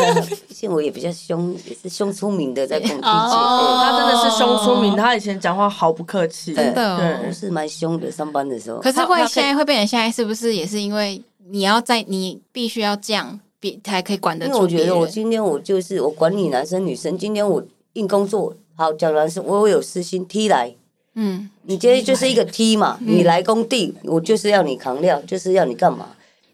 [SPEAKER 4] 毕竟我也比较凶，也是凶出名的，在工地界，
[SPEAKER 2] 哦
[SPEAKER 4] 哎
[SPEAKER 3] 他真的是凶出名，他以前讲话毫不客气，
[SPEAKER 1] 真的哦
[SPEAKER 3] 对
[SPEAKER 4] 我是蛮凶的。上班的时候，
[SPEAKER 1] 可是
[SPEAKER 3] 他他
[SPEAKER 1] 会
[SPEAKER 3] 可以
[SPEAKER 1] 现在会变成现在，是不是也是因为你要在你必须要这样，比才可以管得
[SPEAKER 4] 因为
[SPEAKER 1] 住
[SPEAKER 4] 我觉
[SPEAKER 1] 别
[SPEAKER 4] 得
[SPEAKER 1] 人？
[SPEAKER 4] 我今天我就是我管你男生女生，今天我硬工作，好讲男生，我有私心踢来，
[SPEAKER 1] 嗯，
[SPEAKER 4] 你今天就是一个 T 嘛，你来工地，我就是要你扛料，就是要你干嘛？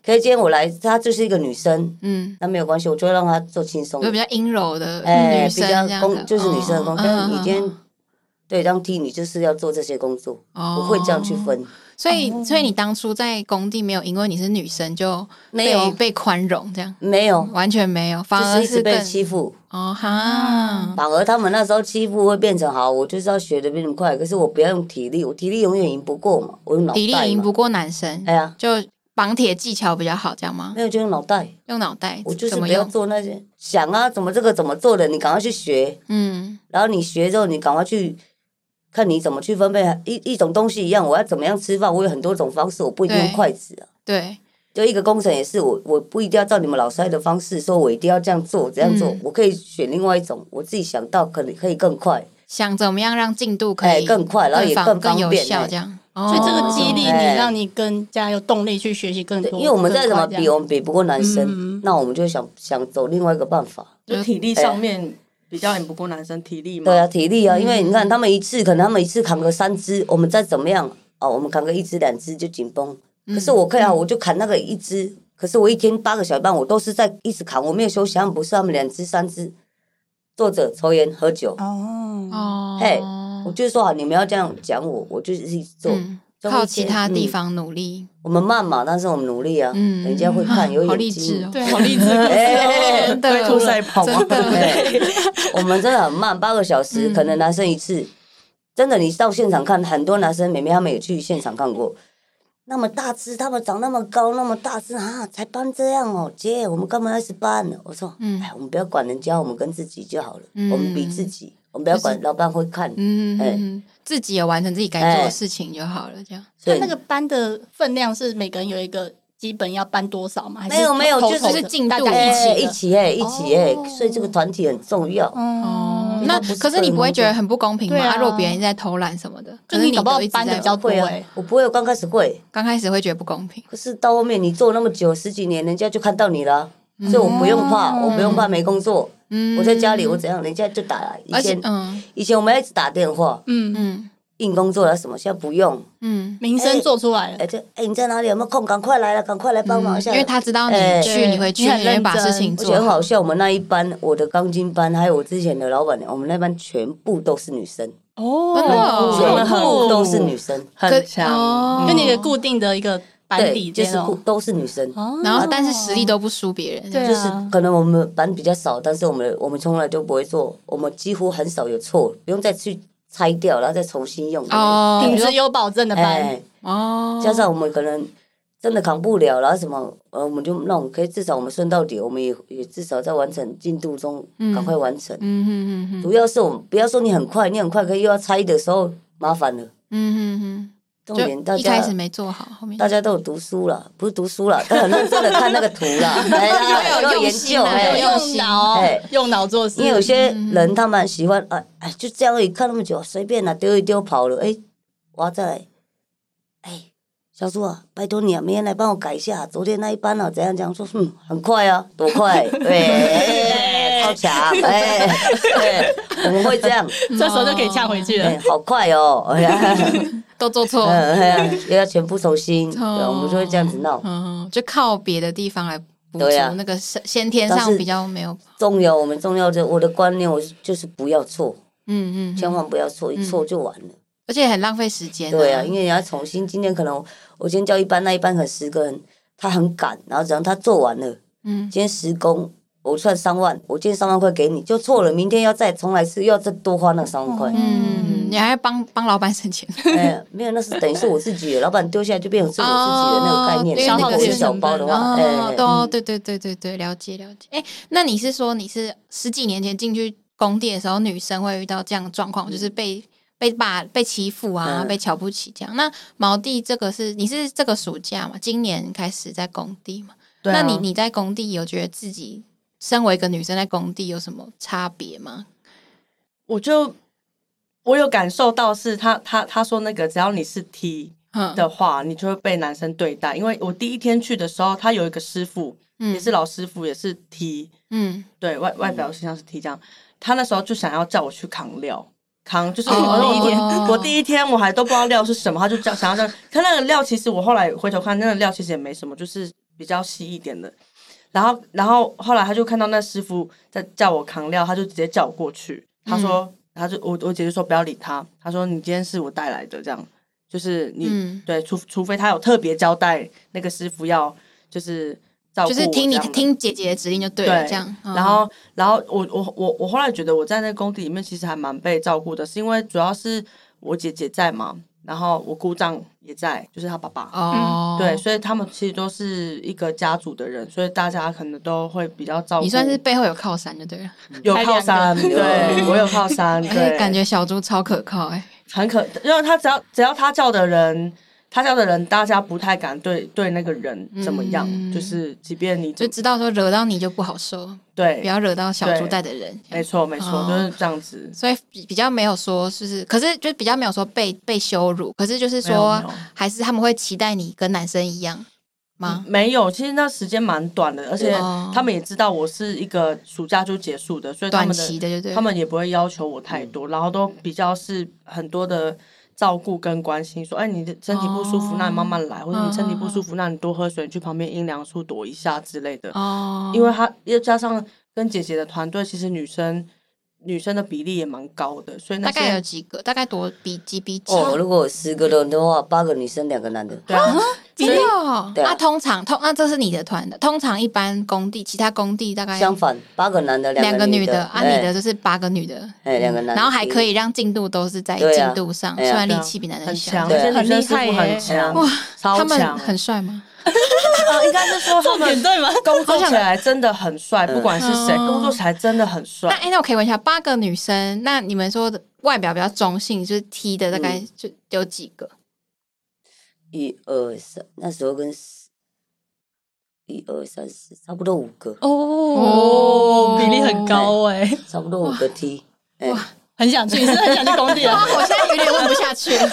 [SPEAKER 4] 可是今天我来，她就是一个女生，
[SPEAKER 1] 嗯，
[SPEAKER 4] 那没有关系，我就让她做轻松
[SPEAKER 1] 就，比较阴柔的
[SPEAKER 4] 哎，
[SPEAKER 1] 女
[SPEAKER 4] 比
[SPEAKER 1] 生这
[SPEAKER 4] 较
[SPEAKER 1] 样的，
[SPEAKER 4] 工就是女生的工
[SPEAKER 1] 哦
[SPEAKER 4] 作，但是你今天
[SPEAKER 1] 嗯
[SPEAKER 4] 对当 T，你就是要做这些工作，
[SPEAKER 1] 哦
[SPEAKER 4] 我会这样去分，
[SPEAKER 1] 所以，
[SPEAKER 4] 哦
[SPEAKER 1] 所以你当初在工地没有因为你是女生就
[SPEAKER 4] 没有
[SPEAKER 1] 被被宽容，这样
[SPEAKER 4] 没有，
[SPEAKER 1] 完全没有，反
[SPEAKER 4] 就是
[SPEAKER 1] 而
[SPEAKER 4] 一直
[SPEAKER 1] 是更
[SPEAKER 4] 被欺啊负。
[SPEAKER 1] 哦哈，
[SPEAKER 4] 反而他们那时候欺负会变成好，我就是要学的比你们快，可是我不要用体力，我体力永远赢不过嘛，我用脑袋
[SPEAKER 1] 体力
[SPEAKER 4] 嘛。
[SPEAKER 1] 赢不过男生
[SPEAKER 4] 哎，呀，
[SPEAKER 1] 就绑铁技巧比较好，这样吗？
[SPEAKER 4] 没有就用脑袋，
[SPEAKER 1] 用脑袋
[SPEAKER 4] 我就是
[SPEAKER 1] 怎
[SPEAKER 4] 不
[SPEAKER 1] 么
[SPEAKER 4] 要
[SPEAKER 1] 用？
[SPEAKER 4] 做那些想啊，怎么这个怎么做的，你赶快去学，
[SPEAKER 1] 嗯
[SPEAKER 4] 然后你学之后你赶快去看你怎么去分配一一种东西一样，我要怎么样吃饭，我有很多种方式，我不一定用
[SPEAKER 1] 对
[SPEAKER 4] 筷子啊。，
[SPEAKER 1] 对，
[SPEAKER 4] 就一个工程也是，我我不一定要照你们老师的方式，说我一定要这样做这样做，
[SPEAKER 1] 嗯
[SPEAKER 4] 我可以选另外一种，我自己想到可能可以更快，
[SPEAKER 1] 想怎么样让进度可
[SPEAKER 4] 哎，
[SPEAKER 1] 以
[SPEAKER 4] 更快，然后也
[SPEAKER 1] 方
[SPEAKER 4] 更
[SPEAKER 1] 更
[SPEAKER 4] 方
[SPEAKER 1] 有
[SPEAKER 4] 便，
[SPEAKER 1] 效，
[SPEAKER 4] 哎
[SPEAKER 1] 这样。哦所
[SPEAKER 2] 所以这个激励
[SPEAKER 4] 哎
[SPEAKER 2] 你，让你更加有动力去学习更
[SPEAKER 4] 对，
[SPEAKER 2] 多，
[SPEAKER 4] 因为我们再怎么
[SPEAKER 2] 更快
[SPEAKER 4] 比，我们比不过男生
[SPEAKER 2] 嗯，
[SPEAKER 4] 那我们就想想走另外一个办法。
[SPEAKER 3] 就体力上面比较赢不过男生体力
[SPEAKER 1] 嗯
[SPEAKER 3] 嘛
[SPEAKER 4] 对，啊，体力啊，因为你看他们一次可能他们一次扛个三只，我们再怎么样哦，我们扛个一只两只就紧绷。
[SPEAKER 1] 嗯
[SPEAKER 4] 可是我可以啊，我就扛那个一只，可是我一天八个小时半，我都是在一直扛，我没有休息，他们不是他们两只三只，坐着抽烟喝酒。
[SPEAKER 2] 哦，
[SPEAKER 1] 哦，
[SPEAKER 4] 嘿我就说好，啊你们要这样讲我，我就是一直做。
[SPEAKER 1] 嗯
[SPEAKER 4] 中
[SPEAKER 1] 靠
[SPEAKER 4] 一
[SPEAKER 1] 其
[SPEAKER 4] 些
[SPEAKER 1] 他地
[SPEAKER 4] 嗯
[SPEAKER 1] 方努力，
[SPEAKER 4] 我们慢嘛，但是我们努力啊，
[SPEAKER 1] 嗯
[SPEAKER 4] 人家会看，有
[SPEAKER 1] 好
[SPEAKER 4] 眼
[SPEAKER 1] 励
[SPEAKER 4] 睛
[SPEAKER 1] 志哦。。
[SPEAKER 2] 对，好励志，
[SPEAKER 4] 哎
[SPEAKER 1] 真
[SPEAKER 3] 龟
[SPEAKER 1] 的，
[SPEAKER 3] 兔赛跑嘛
[SPEAKER 1] 真的，
[SPEAKER 4] 对， 我们真的很慢，八个小时，
[SPEAKER 1] 嗯
[SPEAKER 4] 可能男生一次。真的，你到现场看，很多男生妹妹他们也去现场看过。那么大只，他们长那么高，那么大只啊，才搬这样哦，姐，我们干嘛要一直搬呢？我说，
[SPEAKER 1] 嗯
[SPEAKER 4] 哎，我们不要管人家，我们跟自己就好了，
[SPEAKER 1] 嗯
[SPEAKER 4] 我们比自己，我们不要管老板会看，
[SPEAKER 1] 嗯，
[SPEAKER 4] 哎
[SPEAKER 1] 嗯自己有完成自己该做的事情就好了，这样。
[SPEAKER 4] 所
[SPEAKER 2] 它
[SPEAKER 4] 以
[SPEAKER 2] 那个班的分量是每个人有一个基本要搬多少吗？还是
[SPEAKER 4] 没有没有
[SPEAKER 2] 偷偷
[SPEAKER 4] 就是
[SPEAKER 2] 的
[SPEAKER 1] 是进
[SPEAKER 2] 大
[SPEAKER 1] 度
[SPEAKER 2] 家
[SPEAKER 4] 哎
[SPEAKER 2] 一起
[SPEAKER 4] 一
[SPEAKER 2] 的
[SPEAKER 4] 起哎，一起哎，
[SPEAKER 2] 哦
[SPEAKER 4] 所以这个团体很重要。
[SPEAKER 1] 哦
[SPEAKER 2] 哦，
[SPEAKER 1] 那
[SPEAKER 4] 他不是
[SPEAKER 1] 可是你不会觉得很不公平吗？
[SPEAKER 2] 对啊
[SPEAKER 1] 啊如果别人在偷懒什么的，
[SPEAKER 2] 就
[SPEAKER 1] 可是
[SPEAKER 2] 你搞不好
[SPEAKER 1] 都一直
[SPEAKER 2] 搬得
[SPEAKER 1] 在
[SPEAKER 2] 比较
[SPEAKER 4] 会啊
[SPEAKER 2] 对，
[SPEAKER 4] 我不会，我刚开始会，
[SPEAKER 1] 刚开始会觉得不公平，
[SPEAKER 4] 可是到后面你做那么久十几年，人家就看到你了，所以我不用怕，我不用怕没工作。
[SPEAKER 1] 嗯，
[SPEAKER 4] 我在家里我怎样，人家就打来。以
[SPEAKER 1] 而且
[SPEAKER 4] 前
[SPEAKER 1] 嗯
[SPEAKER 4] 以前我们要一直打电话，
[SPEAKER 2] 嗯，
[SPEAKER 1] 嗯
[SPEAKER 4] 硬工作了什么，现在不用。
[SPEAKER 1] 嗯，
[SPEAKER 2] 名声做出来了
[SPEAKER 4] 哎，，就哎你在哪里？有没有空？赶快来了，赶快来帮忙一
[SPEAKER 1] 嗯
[SPEAKER 4] 下。
[SPEAKER 1] 因为他知道你
[SPEAKER 4] 哎
[SPEAKER 1] 去，你会去，
[SPEAKER 2] 你很
[SPEAKER 1] 你会把
[SPEAKER 2] 认
[SPEAKER 1] 事
[SPEAKER 2] 真
[SPEAKER 1] 情
[SPEAKER 4] 而且很
[SPEAKER 1] 做。
[SPEAKER 4] 好笑，我们那一班，我的钢筋班，还有我之前的老板娘，我们那班全部都是女生，
[SPEAKER 1] 真的哦
[SPEAKER 2] 哦，
[SPEAKER 4] 全
[SPEAKER 2] 好
[SPEAKER 4] 部
[SPEAKER 2] 酷
[SPEAKER 4] 都是女生，
[SPEAKER 3] 很强。
[SPEAKER 1] 哦
[SPEAKER 2] 就你的固定的一个班
[SPEAKER 4] 对，
[SPEAKER 2] 底
[SPEAKER 4] 就
[SPEAKER 2] 这
[SPEAKER 4] 是
[SPEAKER 2] 种，
[SPEAKER 4] 都是女生，
[SPEAKER 2] 哦
[SPEAKER 1] 然后但是实力都不输别人，
[SPEAKER 2] 对
[SPEAKER 4] 就是
[SPEAKER 2] 啊，
[SPEAKER 4] 可能我们班比较少，但是我们我们从来都不会做，我们几乎很少有错，不用再去拆掉，然后再重新用。
[SPEAKER 1] 哦
[SPEAKER 2] 品质有保证的班，
[SPEAKER 4] 哎，
[SPEAKER 1] 哦，
[SPEAKER 4] 加上我们可能真的扛不了，然后什么，呃，我们就那我们可以至少我们顺到底，我们也也至少在完成进度中
[SPEAKER 1] 嗯
[SPEAKER 4] 赶快完成。
[SPEAKER 1] 嗯哼哼哼，
[SPEAKER 4] 主要是我们不要说你很快，你很快可以又要拆的时候麻烦了。
[SPEAKER 1] 嗯哼哼，
[SPEAKER 4] 重点大
[SPEAKER 1] 就一
[SPEAKER 4] 家
[SPEAKER 1] 开始没做好，后面
[SPEAKER 4] 大家都有读书了，不是读书了，都很认真的看那个图啦， 哎呀
[SPEAKER 1] 有
[SPEAKER 4] 有
[SPEAKER 1] 用
[SPEAKER 4] 研
[SPEAKER 1] 心
[SPEAKER 4] 究，
[SPEAKER 1] 啊
[SPEAKER 4] 哎
[SPEAKER 1] 有用心
[SPEAKER 2] 用脑
[SPEAKER 4] 哎，
[SPEAKER 2] 用脑做事
[SPEAKER 4] 因为。有些人他们很喜欢，哎哎，就这样而已，看那么久，随便啦、丢一丢跑了，哎，我要再来，哎，小朱啊，拜托你啊，明天来帮我改一下昨天那一班啊，怎样怎样说，嗯，很快啊，多快，对，哎超强，哎，对，我们会这样，
[SPEAKER 2] 这时候就可以呛回去了
[SPEAKER 4] 哎。，好快哦，哎呀，
[SPEAKER 1] 都做错，
[SPEAKER 4] 嗯哎呀又要全部重新，对，
[SPEAKER 1] 哦
[SPEAKER 4] 我们就会这样子闹。
[SPEAKER 1] 嗯，就靠别的地方来补足
[SPEAKER 4] 对啊
[SPEAKER 1] 那个先先天
[SPEAKER 4] 但
[SPEAKER 1] 上
[SPEAKER 4] 是
[SPEAKER 1] 比较没有，
[SPEAKER 4] 重要，我们重要的，我的观念我就是不要错，
[SPEAKER 1] 嗯嗯嗯，
[SPEAKER 4] 千万不要错，一错就完了。
[SPEAKER 1] 而且很浪费时间啊，
[SPEAKER 4] 对啊，因为你要重新，今天可能我我今天教一班，那一班可能十个人，他很赶，然后只要他做完了，
[SPEAKER 1] 嗯，
[SPEAKER 4] 今天十工，我算三万，我今天三万块给你，就错了，明天要再重来一次，又要再多花那三万块。
[SPEAKER 1] 嗯，你还要帮帮老板省钱，
[SPEAKER 4] 哎，没有，那是等于是我自己的，老板丢下来就变成是我自己的那个概
[SPEAKER 1] 哦
[SPEAKER 4] 念。
[SPEAKER 1] 对
[SPEAKER 4] 如果
[SPEAKER 1] 那
[SPEAKER 4] 我
[SPEAKER 1] 个
[SPEAKER 4] 是小包的 话，
[SPEAKER 1] 哦，
[SPEAKER 4] 哎，
[SPEAKER 1] 对哦，对对对对对，了解了解。哎，那你是说你是十几年前进去工地的时候，女生会遇到这样的状
[SPEAKER 3] 嗯
[SPEAKER 1] 况，就是被被霸、被欺负啊、
[SPEAKER 4] 嗯
[SPEAKER 1] 被瞧不起这样？那毛弟这个是你是这个暑假嘛？今年开始在工地嘛？
[SPEAKER 3] 对啊
[SPEAKER 1] 那你你在工地有觉得自己身为一个女生在工地有什么差别吗？
[SPEAKER 3] 我就我有感受到是他他他说那个只要你是 T
[SPEAKER 1] 嗯
[SPEAKER 3] 的话，你就会被男生对待。因为我第一天去的时候，他有一个师傅，也
[SPEAKER 1] 嗯
[SPEAKER 3] 是老师傅，也是 T，
[SPEAKER 1] 嗯，
[SPEAKER 3] 对外外表形象是 T 这样。他那时候就想要叫我去扛料。扛就是
[SPEAKER 1] 哦
[SPEAKER 3] 我第一天我第一天我还都不知道料是什么，他就叫想要叫。可那个料其实我后来回头看，那个料其实也没什么，就是比较稀一点的。然后，然后后来他就看到那师傅在叫我扛料，他就直接叫我过去。他说，
[SPEAKER 1] 嗯
[SPEAKER 3] 他就我我姐就说不要理他。他说你今天是我带来的，这样就是你、
[SPEAKER 1] 嗯
[SPEAKER 3] 对，除除非他有特别交代那个师傅要就是照顾
[SPEAKER 1] 就
[SPEAKER 3] 我
[SPEAKER 1] 是听你
[SPEAKER 3] 这样的
[SPEAKER 1] 听姐姐的指令就对了，
[SPEAKER 3] 对，
[SPEAKER 1] 这样。嗯
[SPEAKER 3] 然后，然后我我我我后来觉得我在那个工地里面其实还蛮被照顾的，是因为主要是我姐姐在嘛，然后我姑丈也在，就是他爸爸。
[SPEAKER 1] 哦，
[SPEAKER 3] 嗯对，所以他们其实都是一个家族的人，所以大家可能都会比较照顾。
[SPEAKER 1] 你算是背后有靠山就对了。
[SPEAKER 3] 有靠山，对我有靠 山，
[SPEAKER 1] 而且
[SPEAKER 3] 对，
[SPEAKER 1] 感觉小猪超可靠哎、
[SPEAKER 3] 很可，因为他只要只要他叫的人，他叫的人，大家不太敢对对那个人怎么样，
[SPEAKER 1] 嗯
[SPEAKER 3] 就是即便你
[SPEAKER 1] 就知道说惹到你就不好受，
[SPEAKER 3] 对
[SPEAKER 1] 不，要惹到小猪带的人。
[SPEAKER 3] 没错没错，
[SPEAKER 1] 哦
[SPEAKER 3] 就是这样子。
[SPEAKER 1] 所以比比较没有说，就是可是就比较没有说被被羞辱，可是就是
[SPEAKER 3] 没有
[SPEAKER 1] 说
[SPEAKER 3] 没有
[SPEAKER 1] 还是他们会期待你跟男生一样吗？
[SPEAKER 3] 没有，其实那时间蛮短的，而且
[SPEAKER 1] 哦
[SPEAKER 3] 他们也知道我是一个暑假就结束的，所以他
[SPEAKER 1] 短
[SPEAKER 3] 们
[SPEAKER 1] 期
[SPEAKER 3] 的
[SPEAKER 1] 的就对嗯了，
[SPEAKER 3] 他们也不会要求我太多，然后都比较是很多的照顾跟关心，说哎你的身体不舒
[SPEAKER 1] 哦
[SPEAKER 3] 服，
[SPEAKER 1] 嗯
[SPEAKER 3] 那你慢慢来，或者你身体不舒服，那你多喝水，去旁边阴凉处躲一下之类的。
[SPEAKER 1] 哦，
[SPEAKER 3] 因为他又加上跟姐姐的团队，其实女生女生的比例也蛮高的，所以那
[SPEAKER 1] 大概有
[SPEAKER 3] 些
[SPEAKER 1] 几个，大概多比几比几。
[SPEAKER 4] 哦，如果有十个人的话，八个女生，两个男的，
[SPEAKER 3] 对啊，
[SPEAKER 1] 没有，
[SPEAKER 4] 对啊
[SPEAKER 1] 哦那通常通那这是你的团的，通常一般工地其他工地大概
[SPEAKER 4] 相反，八个男的，
[SPEAKER 1] 哎两个
[SPEAKER 4] 个
[SPEAKER 1] 女的，啊，你的
[SPEAKER 4] 哎
[SPEAKER 1] 就是八个女的，
[SPEAKER 4] 哎，两个男的，
[SPEAKER 1] 然后还可以让进度都是在
[SPEAKER 4] 对
[SPEAKER 1] 进
[SPEAKER 4] 啊
[SPEAKER 1] 度上，
[SPEAKER 4] 哎
[SPEAKER 1] 虽
[SPEAKER 4] 呀
[SPEAKER 1] 然
[SPEAKER 3] 对
[SPEAKER 1] 力
[SPEAKER 3] 啊
[SPEAKER 1] 气比男
[SPEAKER 3] 很
[SPEAKER 1] 人小
[SPEAKER 3] 强，，
[SPEAKER 4] 对
[SPEAKER 3] 而且女生
[SPEAKER 2] 很厉
[SPEAKER 3] 师傅
[SPEAKER 2] 害耶
[SPEAKER 3] 很强，
[SPEAKER 1] 哇，
[SPEAKER 3] 超
[SPEAKER 1] 他们
[SPEAKER 3] 强，
[SPEAKER 1] 很帅吗？
[SPEAKER 3] 呃，应该是说他们
[SPEAKER 2] 对吗？
[SPEAKER 3] 工作起来真的很帅，不管是谁，
[SPEAKER 1] 嗯
[SPEAKER 3] 工作起来真的很
[SPEAKER 1] 那
[SPEAKER 3] 帅
[SPEAKER 1] 哎、。那我可以问一下，八个女生，那你们说的外表比较中性，就是 T 的大概就有几个？
[SPEAKER 4] 一二三，那时候跟十一二三四，差不多五个，
[SPEAKER 1] 哦
[SPEAKER 2] 哦，比例很高哎，
[SPEAKER 4] 差不多五个 T。哎，
[SPEAKER 2] 很想去，你是很想去工地啊？
[SPEAKER 1] 我现在有点问不下去了，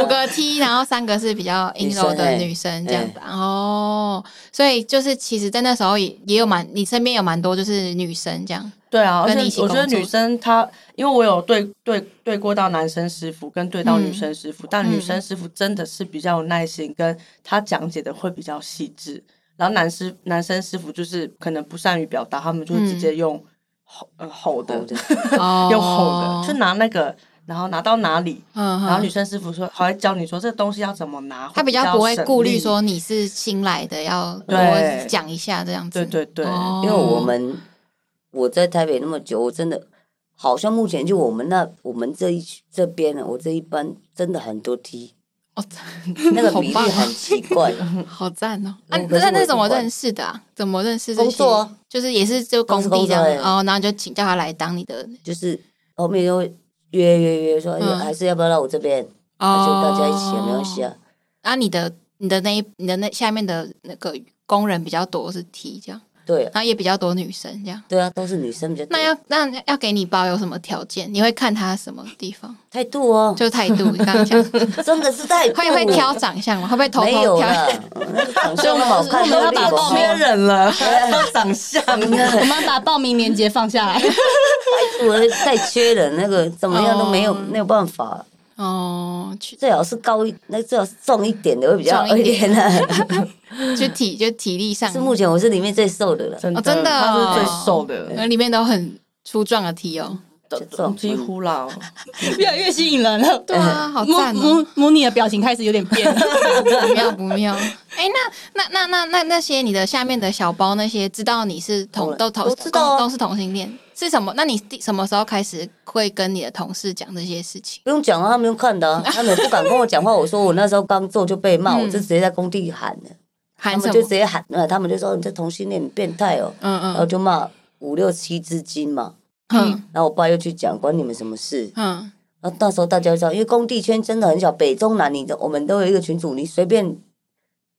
[SPEAKER 1] 五个 T，然后三个是比较阴柔的女
[SPEAKER 4] 女
[SPEAKER 1] 生
[SPEAKER 4] 哎
[SPEAKER 1] 这样子、哦，所以就是其实，在那时候也也有蛮，你身边有蛮多就是女生这 样，
[SPEAKER 3] 对啊，而
[SPEAKER 1] 跟你一起
[SPEAKER 3] 且我觉得
[SPEAKER 1] 工作
[SPEAKER 3] 女生她，因为我有对对对过到男生师傅跟对到
[SPEAKER 1] 嗯
[SPEAKER 3] 女生师傅，但女生师傅真的是比较有耐心，跟他讲解的会比较细致。然后男师男生师傅就是可能不善于表达，他们就会直接
[SPEAKER 1] 嗯
[SPEAKER 3] 用吼、呃吼的，
[SPEAKER 4] 好的，
[SPEAKER 1] 哦
[SPEAKER 3] 用吼的，就拿那个，然后拿到哪里，
[SPEAKER 1] 嗯
[SPEAKER 3] 然后
[SPEAKER 1] 哼
[SPEAKER 3] 女生师傅说还会教你说这东西要怎么拿，
[SPEAKER 1] 他比较不会
[SPEAKER 3] 省
[SPEAKER 1] 顾虑
[SPEAKER 3] 力
[SPEAKER 1] 说你是新来的，要
[SPEAKER 3] 对
[SPEAKER 1] 多讲一下这样子。
[SPEAKER 3] 对对对
[SPEAKER 1] 哦
[SPEAKER 4] 因为我们我在台北那么久，我真的好像目前就我们那我们这一区这边呢，我这一班真的很多 T，
[SPEAKER 1] 哦，
[SPEAKER 4] 那个比例
[SPEAKER 1] 好棒哦
[SPEAKER 4] 很奇 怪。
[SPEAKER 1] 好赞哦！啊，
[SPEAKER 4] 嗯可是
[SPEAKER 1] 那
[SPEAKER 4] 我
[SPEAKER 1] 那
[SPEAKER 4] 也
[SPEAKER 1] 怎
[SPEAKER 4] 不
[SPEAKER 1] 么
[SPEAKER 4] 管
[SPEAKER 1] 认识的啊？怎么认识这些？
[SPEAKER 4] 工作啊
[SPEAKER 1] 就是也是就工
[SPEAKER 4] 公司工
[SPEAKER 1] 地这
[SPEAKER 4] 作
[SPEAKER 1] 样
[SPEAKER 4] 哎
[SPEAKER 1] 哦，然后就请叫他来当你的
[SPEAKER 4] 就是后面就会约约约说，哎
[SPEAKER 1] 嗯哦
[SPEAKER 4] 还是要不要来我这边？那就大家一起啊，没关系
[SPEAKER 1] 啊。
[SPEAKER 4] 啊。
[SPEAKER 1] 啊，你的你的那一你的那下面的那个工人比较多是 T 这样，
[SPEAKER 4] 对啊，
[SPEAKER 1] 然后也比较多女生这样。
[SPEAKER 4] 对啊，都是女生比较多
[SPEAKER 1] 那要那要给你包有什么条件？你会看他什么地方？
[SPEAKER 4] 态度哦，
[SPEAKER 1] 就态度，你刚刚 讲
[SPEAKER 4] 真的是态度。
[SPEAKER 1] 会会挑长相吗？会不会偷
[SPEAKER 4] 没
[SPEAKER 1] 偷
[SPEAKER 4] 有
[SPEAKER 1] 挑？
[SPEAKER 4] 啦，嗯那个长相那么好看，
[SPEAKER 2] 所以我们
[SPEAKER 4] 都
[SPEAKER 2] 要
[SPEAKER 4] 立
[SPEAKER 2] 把
[SPEAKER 4] 功
[SPEAKER 2] 后
[SPEAKER 3] 没
[SPEAKER 2] 面
[SPEAKER 3] 人了，要长相。
[SPEAKER 2] 我们把报名链接放 下来。
[SPEAKER 4] 态度了太缺人，那个怎么样都没有没有办法。
[SPEAKER 1] 哦，去
[SPEAKER 4] 最好是高一，那最好是重一点的会比较好
[SPEAKER 1] 重一
[SPEAKER 4] 一点啊。
[SPEAKER 1] 就体就体力上
[SPEAKER 4] 是目前我是里面最瘦的了，
[SPEAKER 3] 真
[SPEAKER 1] 哦真的
[SPEAKER 3] 他
[SPEAKER 1] 哦
[SPEAKER 3] 是最瘦的，
[SPEAKER 1] 那里面都很粗壮的 T 哦。
[SPEAKER 3] 都
[SPEAKER 4] 这种
[SPEAKER 3] 几乎啦。
[SPEAKER 2] 越来越吸引人了。哎
[SPEAKER 1] 对啊，好
[SPEAKER 2] 母
[SPEAKER 1] 赞哦，
[SPEAKER 2] 母母女的表情开始有点变了，
[SPEAKER 1] 不妙不妙。哎，那那那那那那些你的下面的小包那些，知道你是同
[SPEAKER 4] 我
[SPEAKER 1] 都同
[SPEAKER 4] 我知道啊
[SPEAKER 1] 都是同性恋是什么？那你第什么时候开始会跟你的同事讲这些事情？
[SPEAKER 4] 不用讲啊，他们用看的啊，他们也不敢跟我讲话。我说我那时候刚做就被骂，我就直接在工地喊了，他
[SPEAKER 1] 喊什
[SPEAKER 4] 们就直
[SPEAKER 1] 么？
[SPEAKER 4] 接喊了，他们就说你这同性恋你变态哦，
[SPEAKER 1] 嗯
[SPEAKER 4] 然后
[SPEAKER 1] 嗯
[SPEAKER 4] 就骂五六七只金嘛。
[SPEAKER 1] 嗯
[SPEAKER 4] 然后我爸又去讲，管你们什么事。
[SPEAKER 1] 嗯
[SPEAKER 4] 然后那时候大家就知道，因为工地圈真的很小，北中南你的我们都有一个群组，你随便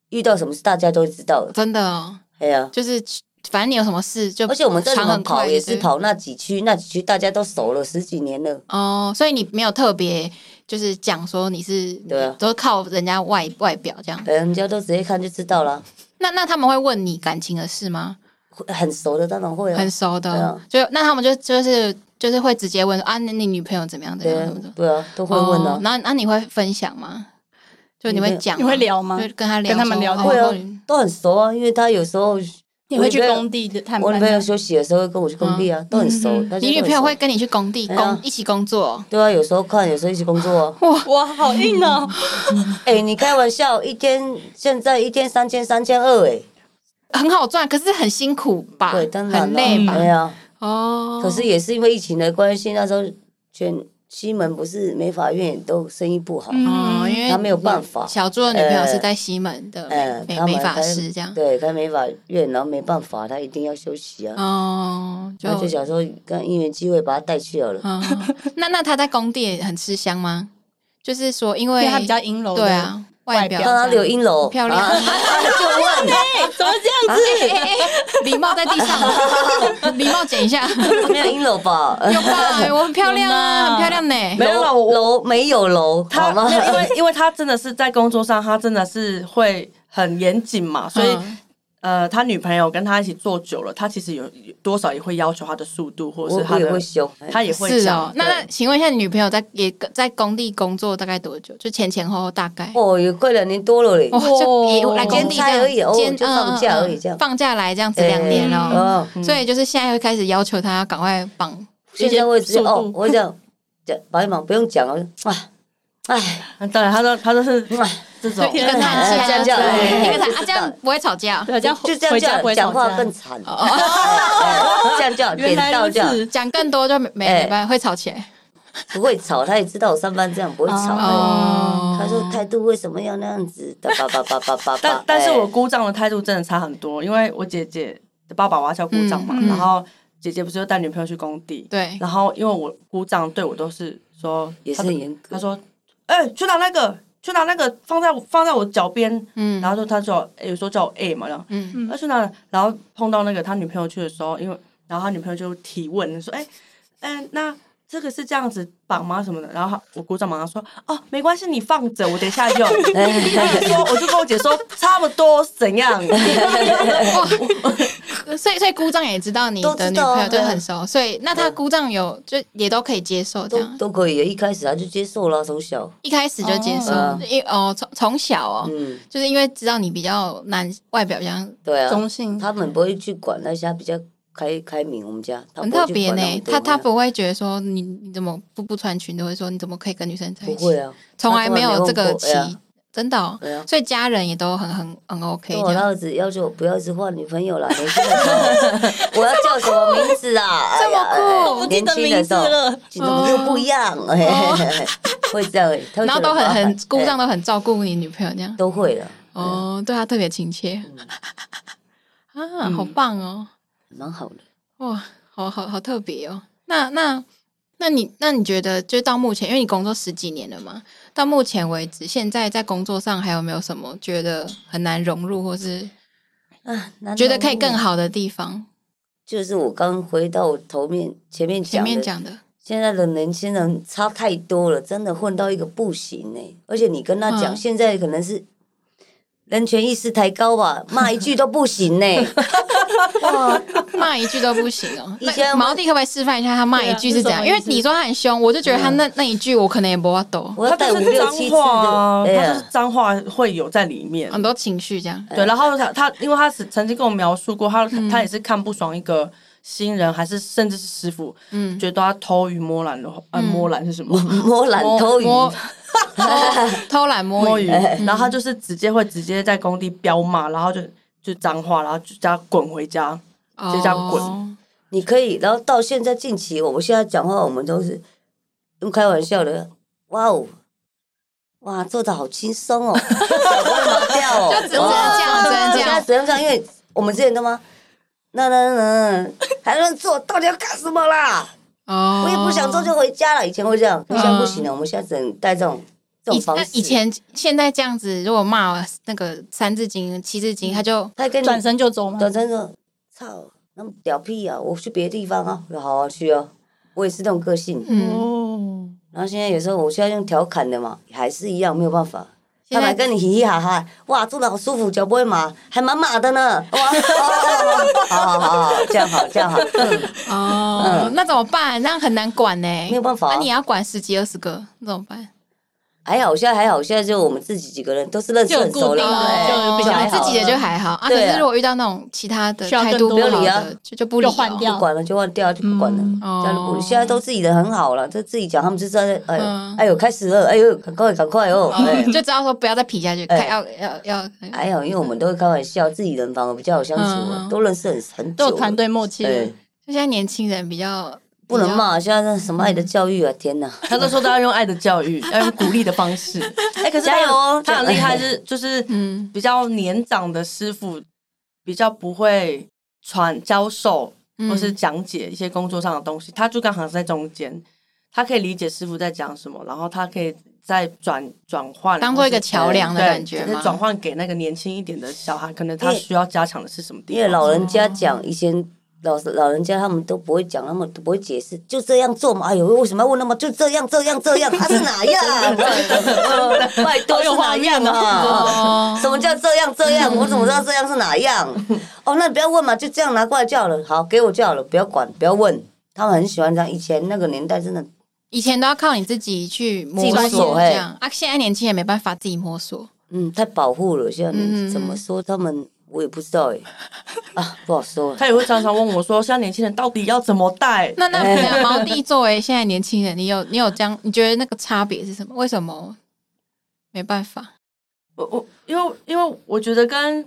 [SPEAKER 4] 遇到什么事，大家都会知道的。
[SPEAKER 1] 真的哦，
[SPEAKER 4] 哎呀、
[SPEAKER 1] 就是反正你有什么事就
[SPEAKER 4] 而且我们这里
[SPEAKER 1] 传很
[SPEAKER 4] 跑
[SPEAKER 1] 快
[SPEAKER 4] 也是
[SPEAKER 1] 对不对
[SPEAKER 4] 跑那几区，那几区大家都熟了十几年了。
[SPEAKER 1] 哦，所以你没有特别就是讲说你是
[SPEAKER 4] 对啊
[SPEAKER 1] 都靠人家外外表这样。
[SPEAKER 4] 哎人家都直接看就知道了，
[SPEAKER 1] 那那他们会问你感情的事吗？
[SPEAKER 4] 会很熟的当然会啊
[SPEAKER 1] 很。熟的，
[SPEAKER 4] 对啊
[SPEAKER 1] 就那他们就就是就是会直接问啊，那你女朋友怎么样怎
[SPEAKER 4] 对
[SPEAKER 1] 么样
[SPEAKER 4] 啊
[SPEAKER 1] 怎么样？，
[SPEAKER 4] 对啊，都会问
[SPEAKER 1] 哦
[SPEAKER 4] 啊。
[SPEAKER 1] 那那你会分享吗？就你会讲吗，
[SPEAKER 2] 你会聊吗
[SPEAKER 1] 就跟他聊说，
[SPEAKER 2] 跟他们聊
[SPEAKER 1] 哦
[SPEAKER 4] 会啊
[SPEAKER 1] 或者，
[SPEAKER 4] 都很熟啊，因为他有时候
[SPEAKER 2] 你会去工地的探
[SPEAKER 4] 我女
[SPEAKER 2] 班
[SPEAKER 4] 朋友
[SPEAKER 2] 吗？
[SPEAKER 4] 休息的时候会跟我去工地啊，都很熟。大家都很熟
[SPEAKER 1] 啊嗯你女朋友会跟你去工地
[SPEAKER 4] 对啊
[SPEAKER 1] 工一起工作？
[SPEAKER 4] 对啊，有时候看，有时候一起工作啊。
[SPEAKER 2] 哇，好硬 哦！
[SPEAKER 4] 哎、你开玩笑，一天现在一天三千三千二哎，
[SPEAKER 1] 很好赚，可是很辛苦吧？
[SPEAKER 4] 对，当然
[SPEAKER 1] 很
[SPEAKER 4] 了
[SPEAKER 1] 累吧？
[SPEAKER 4] 对啊，
[SPEAKER 1] 哦，
[SPEAKER 4] 可是也是因为疫情的关系，那时候全西门不是美法院也都生意不好，嗯、
[SPEAKER 1] 哦，因为
[SPEAKER 4] 他没有办法哎
[SPEAKER 1] 小猪的女朋友是在西门的美
[SPEAKER 4] 呃他
[SPEAKER 1] 美
[SPEAKER 4] 们
[SPEAKER 1] 美发
[SPEAKER 4] 开
[SPEAKER 1] 师这样，
[SPEAKER 4] 对，开美法院，然后没办法，他一定要休息啊，
[SPEAKER 1] 哦，就
[SPEAKER 4] 然后就想说跟因缘机会把他带去好了。
[SPEAKER 1] 哦，那 那他在工地也很吃香吗？就是说，因
[SPEAKER 2] 因
[SPEAKER 1] 为
[SPEAKER 2] 为他比较阴柔，
[SPEAKER 1] 对，啊，外
[SPEAKER 2] 外
[SPEAKER 1] 表
[SPEAKER 2] 表
[SPEAKER 4] 当然有阴柔，
[SPEAKER 1] 漂亮
[SPEAKER 4] 啊、 就问，
[SPEAKER 2] 怎么这样
[SPEAKER 1] 哎哎哎哎 礼貌在地上，礼貌捡一下，有
[SPEAKER 4] 没有阴柔吧？
[SPEAKER 1] 吧？我很漂亮啊，
[SPEAKER 2] 有吗
[SPEAKER 1] 很漂亮呢。
[SPEAKER 3] 没有了，我
[SPEAKER 4] 楼没有楼，
[SPEAKER 3] 他
[SPEAKER 4] 好吗
[SPEAKER 3] 没？有因为因为他真的是在工作上，他真的是会很严谨嘛，所以、
[SPEAKER 1] 嗯
[SPEAKER 3] 呃，他女朋友跟他一起做久了，他其实有有多少也会要求他的速度，或者
[SPEAKER 4] 我
[SPEAKER 3] 是他
[SPEAKER 4] 我也
[SPEAKER 3] 的
[SPEAKER 4] 会，凶，
[SPEAKER 3] 他也会
[SPEAKER 1] 是
[SPEAKER 3] 讲
[SPEAKER 1] 哦，那那
[SPEAKER 3] 对
[SPEAKER 1] 请问一下，你女朋友在也在工地工作大概多久？就前前后后大概？
[SPEAKER 4] 哦，也快两年多了嘞。
[SPEAKER 1] 哦，就也来工地这
[SPEAKER 4] 兼差而已
[SPEAKER 1] 样，
[SPEAKER 4] 哦
[SPEAKER 1] 兼嗯
[SPEAKER 4] 就放假而已这样
[SPEAKER 1] 放假来这样子两年了，
[SPEAKER 4] 哦，
[SPEAKER 1] 所以就是现在会开始要求他赶快绑
[SPEAKER 4] 现在我也是
[SPEAKER 3] 速度
[SPEAKER 4] 哦，我讲讲保险忙不用讲哦，哎哎
[SPEAKER 3] 嗯当然他都他都是
[SPEAKER 4] 哎，
[SPEAKER 3] 这种
[SPEAKER 1] 一个叹
[SPEAKER 4] 哎
[SPEAKER 1] 气
[SPEAKER 4] 这
[SPEAKER 1] 啊，
[SPEAKER 4] 样这样
[SPEAKER 1] 对
[SPEAKER 4] 哎
[SPEAKER 1] 一个叹
[SPEAKER 4] 就
[SPEAKER 1] 啊，
[SPEAKER 4] 知
[SPEAKER 1] 这
[SPEAKER 4] 道
[SPEAKER 1] 样不会吵架。
[SPEAKER 2] 对，啊这样
[SPEAKER 4] 就这样
[SPEAKER 2] 回
[SPEAKER 4] 这
[SPEAKER 2] 家
[SPEAKER 4] 样
[SPEAKER 2] 不会
[SPEAKER 4] 讲
[SPEAKER 2] 吵
[SPEAKER 4] 话
[SPEAKER 2] 架
[SPEAKER 4] 更。惨，哎这样叫
[SPEAKER 2] 原
[SPEAKER 4] 点
[SPEAKER 2] 来
[SPEAKER 4] 到
[SPEAKER 2] 如
[SPEAKER 4] 这样
[SPEAKER 2] 此，
[SPEAKER 1] 讲更多就没没
[SPEAKER 4] 哎
[SPEAKER 1] 没办法，会吵起来。
[SPEAKER 4] 不会吵，他也知道我上班这样不会吵的。
[SPEAKER 1] 哦，
[SPEAKER 4] 嗯他说态度为什么要那样子？叭叭叭叭叭叭
[SPEAKER 3] 但。但是
[SPEAKER 4] 哎
[SPEAKER 3] 我姑丈的态度真的差很多，因为我姐姐的爸爸我要叫姑丈嘛，
[SPEAKER 1] 嗯嗯
[SPEAKER 3] 然后姐姐不是就带女朋友去工地，
[SPEAKER 1] 对，
[SPEAKER 3] 然后因为我姑丈对我都是说
[SPEAKER 4] 也是
[SPEAKER 3] 他都
[SPEAKER 4] 很严格
[SPEAKER 3] 他说哎、去拿那个去拿那个放在我放在我脚边，
[SPEAKER 1] 嗯
[SPEAKER 3] 然后就他叫我、哎有时候叫我 A 嘛，然后
[SPEAKER 1] 嗯，
[SPEAKER 3] 那去哪了？然后碰到那个他女朋友去的时候，因为然后他女朋友就提问说：“哎、嗯、那这个是这样子绑吗？什么的？”然后他我姑丈马上说：“哦，没关系，你放着，我等一下 用。”我就说，我就跟我姐说，差不多怎样？
[SPEAKER 1] 所以所以姑丈也知道你
[SPEAKER 4] 都
[SPEAKER 1] 的
[SPEAKER 4] 知
[SPEAKER 1] 女
[SPEAKER 4] 道啊
[SPEAKER 1] 朋友就
[SPEAKER 4] 对啊
[SPEAKER 1] 很熟，所以那他姑丈有就也都可以接受这
[SPEAKER 4] 都
[SPEAKER 1] 样，
[SPEAKER 4] 都可以，一开始他就接受了，从小，
[SPEAKER 1] 一开始就接受
[SPEAKER 4] 哦，
[SPEAKER 1] 因哦从从小哦，
[SPEAKER 4] 嗯，
[SPEAKER 1] 就是因为知道你比较难外表这样，
[SPEAKER 4] 对啊，
[SPEAKER 2] 中性，
[SPEAKER 4] 他们不会去管那些比较开开明，我们家他
[SPEAKER 1] 很
[SPEAKER 4] 不会
[SPEAKER 1] 特
[SPEAKER 4] 去
[SPEAKER 1] 别
[SPEAKER 4] 管那
[SPEAKER 1] 呢
[SPEAKER 4] 么。多
[SPEAKER 1] 他他
[SPEAKER 4] 哎呀
[SPEAKER 1] 不会觉得说你你怎么不不穿裙，都会说你怎么可以跟女生在一
[SPEAKER 4] 不
[SPEAKER 1] 起，
[SPEAKER 4] 会啊，
[SPEAKER 1] 从来没有这
[SPEAKER 4] 他
[SPEAKER 1] 个
[SPEAKER 4] 从
[SPEAKER 1] 期
[SPEAKER 4] 来没问过哎呀，
[SPEAKER 1] 真的哦
[SPEAKER 4] 对啊。
[SPEAKER 1] 所以家人也都很很很 OK
[SPEAKER 4] 跟
[SPEAKER 1] 这
[SPEAKER 4] 我
[SPEAKER 1] 样。
[SPEAKER 4] 儿子要求不要一直换女朋友啦，年轻的时候我要叫什么名字啊？哎呀
[SPEAKER 1] 这么酷
[SPEAKER 4] 哎
[SPEAKER 2] 哦我不记得
[SPEAKER 4] 年轻的时候
[SPEAKER 2] 名字了
[SPEAKER 4] 记得又不一样，哎会这样，他
[SPEAKER 1] 哦
[SPEAKER 4] 会
[SPEAKER 1] 然后
[SPEAKER 4] 觉得
[SPEAKER 1] 都很
[SPEAKER 4] 麻烦
[SPEAKER 1] 很姑丈
[SPEAKER 4] 哎
[SPEAKER 1] 都很照顾你女朋友这样，
[SPEAKER 4] 都会了，
[SPEAKER 1] 哦，对他特别亲切啊，好棒哦，
[SPEAKER 4] 蛮好的。
[SPEAKER 1] 哇，好好好特别哦。那那那你那你觉得，就到目前，因为你工作十几年了嘛，到目前为止，现在在工作上还有没有什么觉得很难融入，或是
[SPEAKER 4] 啊，难
[SPEAKER 1] 觉得
[SPEAKER 4] 道
[SPEAKER 1] 可以
[SPEAKER 4] 我
[SPEAKER 1] 更好的地方？
[SPEAKER 4] 就是我刚回到我头面前面
[SPEAKER 1] 前
[SPEAKER 4] 讲
[SPEAKER 1] 面
[SPEAKER 4] 的，
[SPEAKER 1] 讲的，
[SPEAKER 4] 现在的年轻人差太多了，真的混到一个不行呢、而且你跟他讲，
[SPEAKER 1] 嗯
[SPEAKER 4] 现在可能是人权意识抬高吧，骂一句都 不行呢、哇，
[SPEAKER 1] 骂一句都不行哦。
[SPEAKER 4] 以前
[SPEAKER 1] 那
[SPEAKER 4] 我
[SPEAKER 1] 毛弟可不可以示范一下他骂一句是怎样？
[SPEAKER 2] 对
[SPEAKER 1] 因
[SPEAKER 2] 啊
[SPEAKER 1] 为
[SPEAKER 2] 是什么意思
[SPEAKER 1] 你说他很凶，我就觉得他那那一句我可能也不要懂，
[SPEAKER 4] 我要带五
[SPEAKER 3] 就是
[SPEAKER 4] 六
[SPEAKER 3] 脏
[SPEAKER 4] 七次
[SPEAKER 3] 话啊
[SPEAKER 4] 的，哎
[SPEAKER 3] 他就是
[SPEAKER 4] 呀，
[SPEAKER 3] 脏话会有在里面。
[SPEAKER 1] 很多情绪这样。
[SPEAKER 3] 对，
[SPEAKER 4] 嗯
[SPEAKER 3] 然后他他，因为他曾经跟我描述过，他他也是看不爽一个新人，还是甚至是师傅，
[SPEAKER 1] 嗯，
[SPEAKER 3] 觉得他偷鱼摸懒的话，啊，摸懒是什么？
[SPEAKER 4] 摸嗯 懒偷鱼，哎
[SPEAKER 1] 摸偷偷懒摸
[SPEAKER 3] 摸
[SPEAKER 1] 鱼
[SPEAKER 3] 鱼，，然后他就是直接会直接在工地彪骂，然后就就脏话，然后就叫他滚回家。
[SPEAKER 1] 哦
[SPEAKER 3] 就这样滚
[SPEAKER 4] 你可以，然后到现在近期，我们现在讲话，我们都是用开玩笑的。哇哦，哇，做的好 轻松哦，好麻掉哦，
[SPEAKER 1] 就只能这样
[SPEAKER 4] 哇
[SPEAKER 1] 只能这样
[SPEAKER 4] 现在只能这样，因为我们之前都吗？那那那，还能做，到底要干什么啦？
[SPEAKER 1] 哦，
[SPEAKER 4] 我也不想做，就回家了。以前会这样，现在不行了，我们现在只能带这种这
[SPEAKER 1] 以
[SPEAKER 4] 种方
[SPEAKER 1] 哦嗯那
[SPEAKER 4] 式。
[SPEAKER 1] 以前现在这样子，如果骂那个三字经、七字
[SPEAKER 4] 嗯
[SPEAKER 1] 经，他就
[SPEAKER 4] 他跟你
[SPEAKER 2] 转身就走吗？
[SPEAKER 4] 转身说：“操，那么屌屁啊！我去别的地方啊，我说好啊，去啊。”我也是那种个性，
[SPEAKER 1] 嗯，
[SPEAKER 2] 哦，
[SPEAKER 4] 然后现在有时候我现在用调侃的嘛，还是一样没有办法。
[SPEAKER 1] 现
[SPEAKER 4] 他
[SPEAKER 1] 在
[SPEAKER 4] 来跟你嘻嘻哈哈，哇，做的好舒服，脚不会麻，还蛮麻的呢。哇，哦哦哦好好好好，这样好，这样好，嗯，
[SPEAKER 1] 哦，那怎么办？那样很难管呢，
[SPEAKER 4] 没有办法、
[SPEAKER 1] 那
[SPEAKER 4] 啊
[SPEAKER 1] 你。要管十几二十个，那怎么办？
[SPEAKER 4] 还好，现在还好，现在就我们自己几个人都是认识
[SPEAKER 2] 就有
[SPEAKER 4] 很熟
[SPEAKER 2] 固
[SPEAKER 4] 了，
[SPEAKER 2] 定的
[SPEAKER 4] 对
[SPEAKER 2] 就比较
[SPEAKER 1] 我
[SPEAKER 2] 还
[SPEAKER 1] 们
[SPEAKER 2] 好
[SPEAKER 1] 自己的就还好啊。可
[SPEAKER 4] 对啊
[SPEAKER 1] 是如果遇到那种其他的
[SPEAKER 2] 需要
[SPEAKER 1] 态
[SPEAKER 2] 更
[SPEAKER 1] 度
[SPEAKER 2] 多
[SPEAKER 1] 不好
[SPEAKER 4] 理啊
[SPEAKER 1] 的，就就不理
[SPEAKER 2] 就
[SPEAKER 1] 哦
[SPEAKER 2] 换掉
[SPEAKER 4] 不管了就换掉，就不管了，
[SPEAKER 1] 嗯
[SPEAKER 4] 这样就不
[SPEAKER 1] 哦
[SPEAKER 4] 理。现在都自己人很好了，就自己讲，他们就知道在，哎呦
[SPEAKER 1] 嗯，
[SPEAKER 4] 哎呦，开始了，哎呦，赶快，赶快哦，哎
[SPEAKER 1] 就。知道说不要再皮下去，
[SPEAKER 4] 哎
[SPEAKER 1] 看要要要，
[SPEAKER 4] 还好，因为我们都会开玩笑，自己人反而比较好相处
[SPEAKER 1] 嗯
[SPEAKER 4] 啊，
[SPEAKER 1] 嗯
[SPEAKER 4] 都认识很很
[SPEAKER 2] 都
[SPEAKER 4] 久了。
[SPEAKER 2] 有团队默契了。
[SPEAKER 4] 哎，
[SPEAKER 1] 就现在年轻人比较
[SPEAKER 4] 不能。
[SPEAKER 1] 比较
[SPEAKER 4] 骂，现在是什么爱的教育啊，天哪！
[SPEAKER 3] 他都说都要用爱的教 育，要用鼓励的方式。哎、可是他
[SPEAKER 4] 加油哦
[SPEAKER 3] 他很厉害 是，就是
[SPEAKER 1] 嗯
[SPEAKER 3] 比较年长的师傅，比较不会传教授
[SPEAKER 1] 嗯
[SPEAKER 3] 或是讲解一些工作上的东西，他就刚好在中间，他可以理解师傅在讲什么，然后他可以再转转换，
[SPEAKER 1] 当做一个桥梁的
[SPEAKER 3] 对
[SPEAKER 1] 感觉
[SPEAKER 3] 可
[SPEAKER 1] 吗
[SPEAKER 3] 是？转换给那个年轻一点的小孩，可能他
[SPEAKER 4] 因为
[SPEAKER 3] 需要加强的是什么地
[SPEAKER 4] 因
[SPEAKER 3] 方？
[SPEAKER 4] 为老人家讲，以前老老人家他们都不会讲，他们都不会解释，就这样做嘛。哎呦，为什么要问那么就这样这样 这样？他、是哪样？拜托是哪样啊？
[SPEAKER 1] 哦，
[SPEAKER 4] 什么叫这样这样？我怎么知道这样是哪 样？哦，那你不要问嘛，就这样拿过来就好了。好，给我就好了，不要管，不要问。他们很喜欢这样，以前那个年代真的
[SPEAKER 1] 以前都要靠你自己去摸
[SPEAKER 4] 自己
[SPEAKER 1] 索
[SPEAKER 4] 摸索
[SPEAKER 1] 这
[SPEAKER 4] 嘿
[SPEAKER 1] 样啊，现在年轻人没办法自己摸索，
[SPEAKER 4] 嗯，太保护了。现在
[SPEAKER 1] 嗯嗯嗯
[SPEAKER 4] 你怎么说他们，我也不知道哎、啊，不好说。
[SPEAKER 3] 他也会常常问我说，现在年轻人到底要怎么带？
[SPEAKER 1] 那那怎 样毛弟作为现在年轻人，你有你有这样，你觉得那个差别是什么？为什么没办法？
[SPEAKER 3] 我我因为因为我觉得跟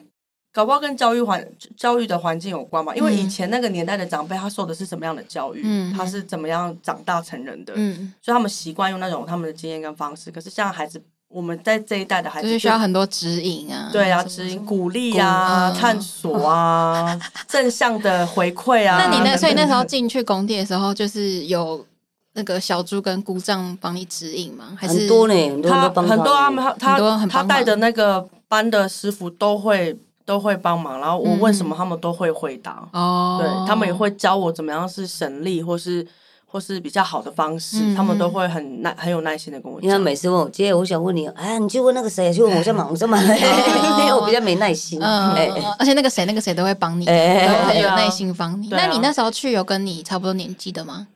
[SPEAKER 3] 搞不好跟教育环教育的环境有关嘛，因为以前那个年代的长辈他受的是什么样的教育，
[SPEAKER 1] 嗯
[SPEAKER 3] 他是怎么样长大成人的，
[SPEAKER 1] 嗯，
[SPEAKER 3] 所以他们习惯用那种他们的经验跟方式。可是像孩子，我们在这一代的孩
[SPEAKER 1] 就
[SPEAKER 3] 子
[SPEAKER 1] 是需要很多指引啊，
[SPEAKER 3] 对啊，
[SPEAKER 1] 什么
[SPEAKER 3] 指
[SPEAKER 1] 什
[SPEAKER 3] 引、
[SPEAKER 1] 么
[SPEAKER 3] 鼓励啊、
[SPEAKER 1] 嗯
[SPEAKER 3] 探 索啊、正向的回馈啊。
[SPEAKER 1] 那你那
[SPEAKER 3] 等
[SPEAKER 1] 所以那
[SPEAKER 3] 等
[SPEAKER 1] 时候进去工地的时候，就是有那个小猪跟姑丈帮你指引吗？还是
[SPEAKER 4] 很多呢，很多人
[SPEAKER 3] 他
[SPEAKER 4] 都帮
[SPEAKER 3] 很多啊他
[SPEAKER 4] 他们
[SPEAKER 3] 们他
[SPEAKER 1] 很多
[SPEAKER 3] 他
[SPEAKER 1] 很
[SPEAKER 3] 他
[SPEAKER 1] 帮忙
[SPEAKER 3] 带的那个班的师傅都会都会帮忙，然后
[SPEAKER 1] 嗯
[SPEAKER 3] 我问什么他们都会回答。
[SPEAKER 1] 哦，
[SPEAKER 3] 对他们也会教我怎么样是省力，或是或是比较好的方式，
[SPEAKER 1] 嗯
[SPEAKER 3] 他们都会很耐很有耐心的跟我
[SPEAKER 4] 因为他
[SPEAKER 3] 讲。
[SPEAKER 4] 每次问我姐，我想问你，啊，你去问那个谁，去问我在忙，我在忙，因
[SPEAKER 3] 哦
[SPEAKER 4] 为我比较没耐心。
[SPEAKER 1] 嗯。
[SPEAKER 4] 哎
[SPEAKER 1] 嗯，而且那个谁，那个谁都会帮你，
[SPEAKER 4] 哎
[SPEAKER 1] 都会
[SPEAKER 3] 对
[SPEAKER 1] 有
[SPEAKER 3] 啊
[SPEAKER 1] 耐心帮你。
[SPEAKER 3] 对
[SPEAKER 1] 那
[SPEAKER 3] 啊
[SPEAKER 1] 你那时候去有跟你差不多年纪的吗？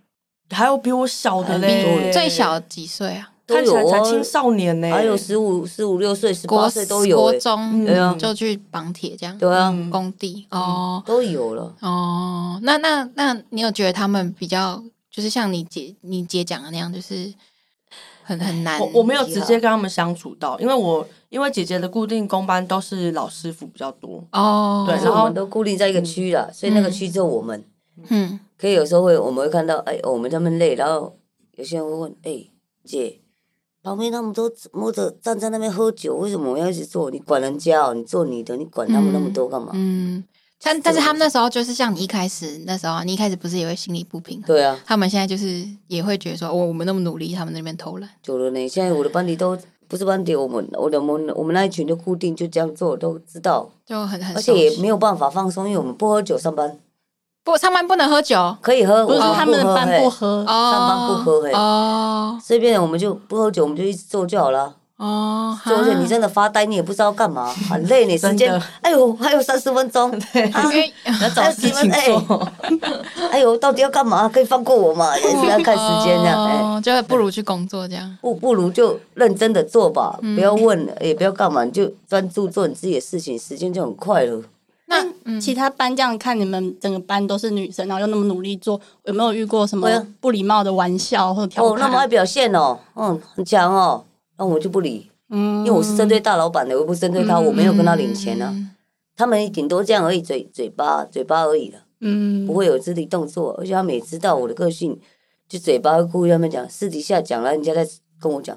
[SPEAKER 3] 还有比我小的嘞，
[SPEAKER 1] 你最小几岁啊？
[SPEAKER 4] 哎都
[SPEAKER 3] 看起
[SPEAKER 4] 有
[SPEAKER 3] 来才青
[SPEAKER 4] 哦，
[SPEAKER 3] 少年呢，
[SPEAKER 4] 还有十五、十五六岁、十
[SPEAKER 1] 国
[SPEAKER 4] 八岁都有
[SPEAKER 1] 国
[SPEAKER 4] 哎，
[SPEAKER 1] 中嗯
[SPEAKER 4] 对啊
[SPEAKER 1] 就去绑铁这样，
[SPEAKER 4] 对啊，
[SPEAKER 3] 嗯
[SPEAKER 1] 工地哦
[SPEAKER 4] 都有了。
[SPEAKER 1] 哦。那那那你有觉得他们比较就是像你姐你姐讲的那样，就是很很难？
[SPEAKER 3] 我我没有直
[SPEAKER 4] 啊
[SPEAKER 3] 接跟他们相处到，因为我因为姐姐的固定工班都是老师傅比较 多，
[SPEAKER 1] 哦，
[SPEAKER 3] 对
[SPEAKER 4] 可是我们都固定在一
[SPEAKER 3] 嗯
[SPEAKER 4] 个区了，所以那个区只有我们。
[SPEAKER 1] 嗯
[SPEAKER 4] 可以有时候会，我们会看到，哎，我们他们累，然后有些人会问，哎，姐，旁边他们都摸着站
[SPEAKER 3] 嗯
[SPEAKER 4] 在那边喝酒，为什么我要一直做？你管人家哦，你做你的，你管他们那么多干嘛？
[SPEAKER 1] 嗯，但但是他们那时候就是像你一开始那时候啊，你一开始不是也会心里不平衡？
[SPEAKER 4] 对啊，
[SPEAKER 1] 他们现在就是也会觉得说，哦我我们那么努力，他们那边偷懒，
[SPEAKER 4] 久了呢，现在我的班底都不是班底，我们我的我们我们那一群就固定就这样做，都知道，
[SPEAKER 1] 就很很
[SPEAKER 4] 而
[SPEAKER 1] 熟悉。
[SPEAKER 4] 且也没有办法放松，因为我们不喝酒上班，
[SPEAKER 1] 不上班不能喝酒哦，
[SPEAKER 4] 可以喝，
[SPEAKER 2] 不是
[SPEAKER 4] 我
[SPEAKER 2] 说他们
[SPEAKER 4] 喝
[SPEAKER 2] 的班
[SPEAKER 4] 嘿
[SPEAKER 2] 不合，
[SPEAKER 4] 上班不喝嘿欸
[SPEAKER 1] 哦
[SPEAKER 4] 所以变成我们就不喝酒，我们就一直做就好了。
[SPEAKER 1] 哦，
[SPEAKER 4] 做而且你
[SPEAKER 1] 哈
[SPEAKER 4] 真的发呆，你也不知道干嘛，很累呢。
[SPEAKER 3] 真
[SPEAKER 4] 时
[SPEAKER 3] 的
[SPEAKER 4] 间，哎呦，还有三十分钟，啊
[SPEAKER 1] 因为
[SPEAKER 3] 要找事情做，
[SPEAKER 4] 哎呦，到底要干嘛？可以放过我嘛？也是要看时间这样，哎、
[SPEAKER 1] 哦，就不如去工作这样。
[SPEAKER 4] 不不如就认真的做吧，不要问了，也不要干嘛，你就专注做你自己的事情，时间就很快了。
[SPEAKER 1] 那
[SPEAKER 4] 嗯
[SPEAKER 2] 那其他班这样看，你们整个班都是女生，然后又那么努力做，有没有遇过什么
[SPEAKER 4] 对啊
[SPEAKER 2] 不礼貌的玩笑或者调
[SPEAKER 4] 哦，那么爱
[SPEAKER 2] 侃？
[SPEAKER 4] 表现哦，嗯，很强哦，那我就不理，
[SPEAKER 2] 嗯
[SPEAKER 4] 因为我是针对大老板的，我又不是针对他，我没有跟他领钱啊，
[SPEAKER 1] 嗯
[SPEAKER 4] 他们顶多这样而已，嘴嘴巴嘴巴而已了。
[SPEAKER 2] 嗯
[SPEAKER 4] 不会有肢体动作，而且他们也知道我的个性，就嘴巴会故意他们讲，私底下讲了，人家在跟我讲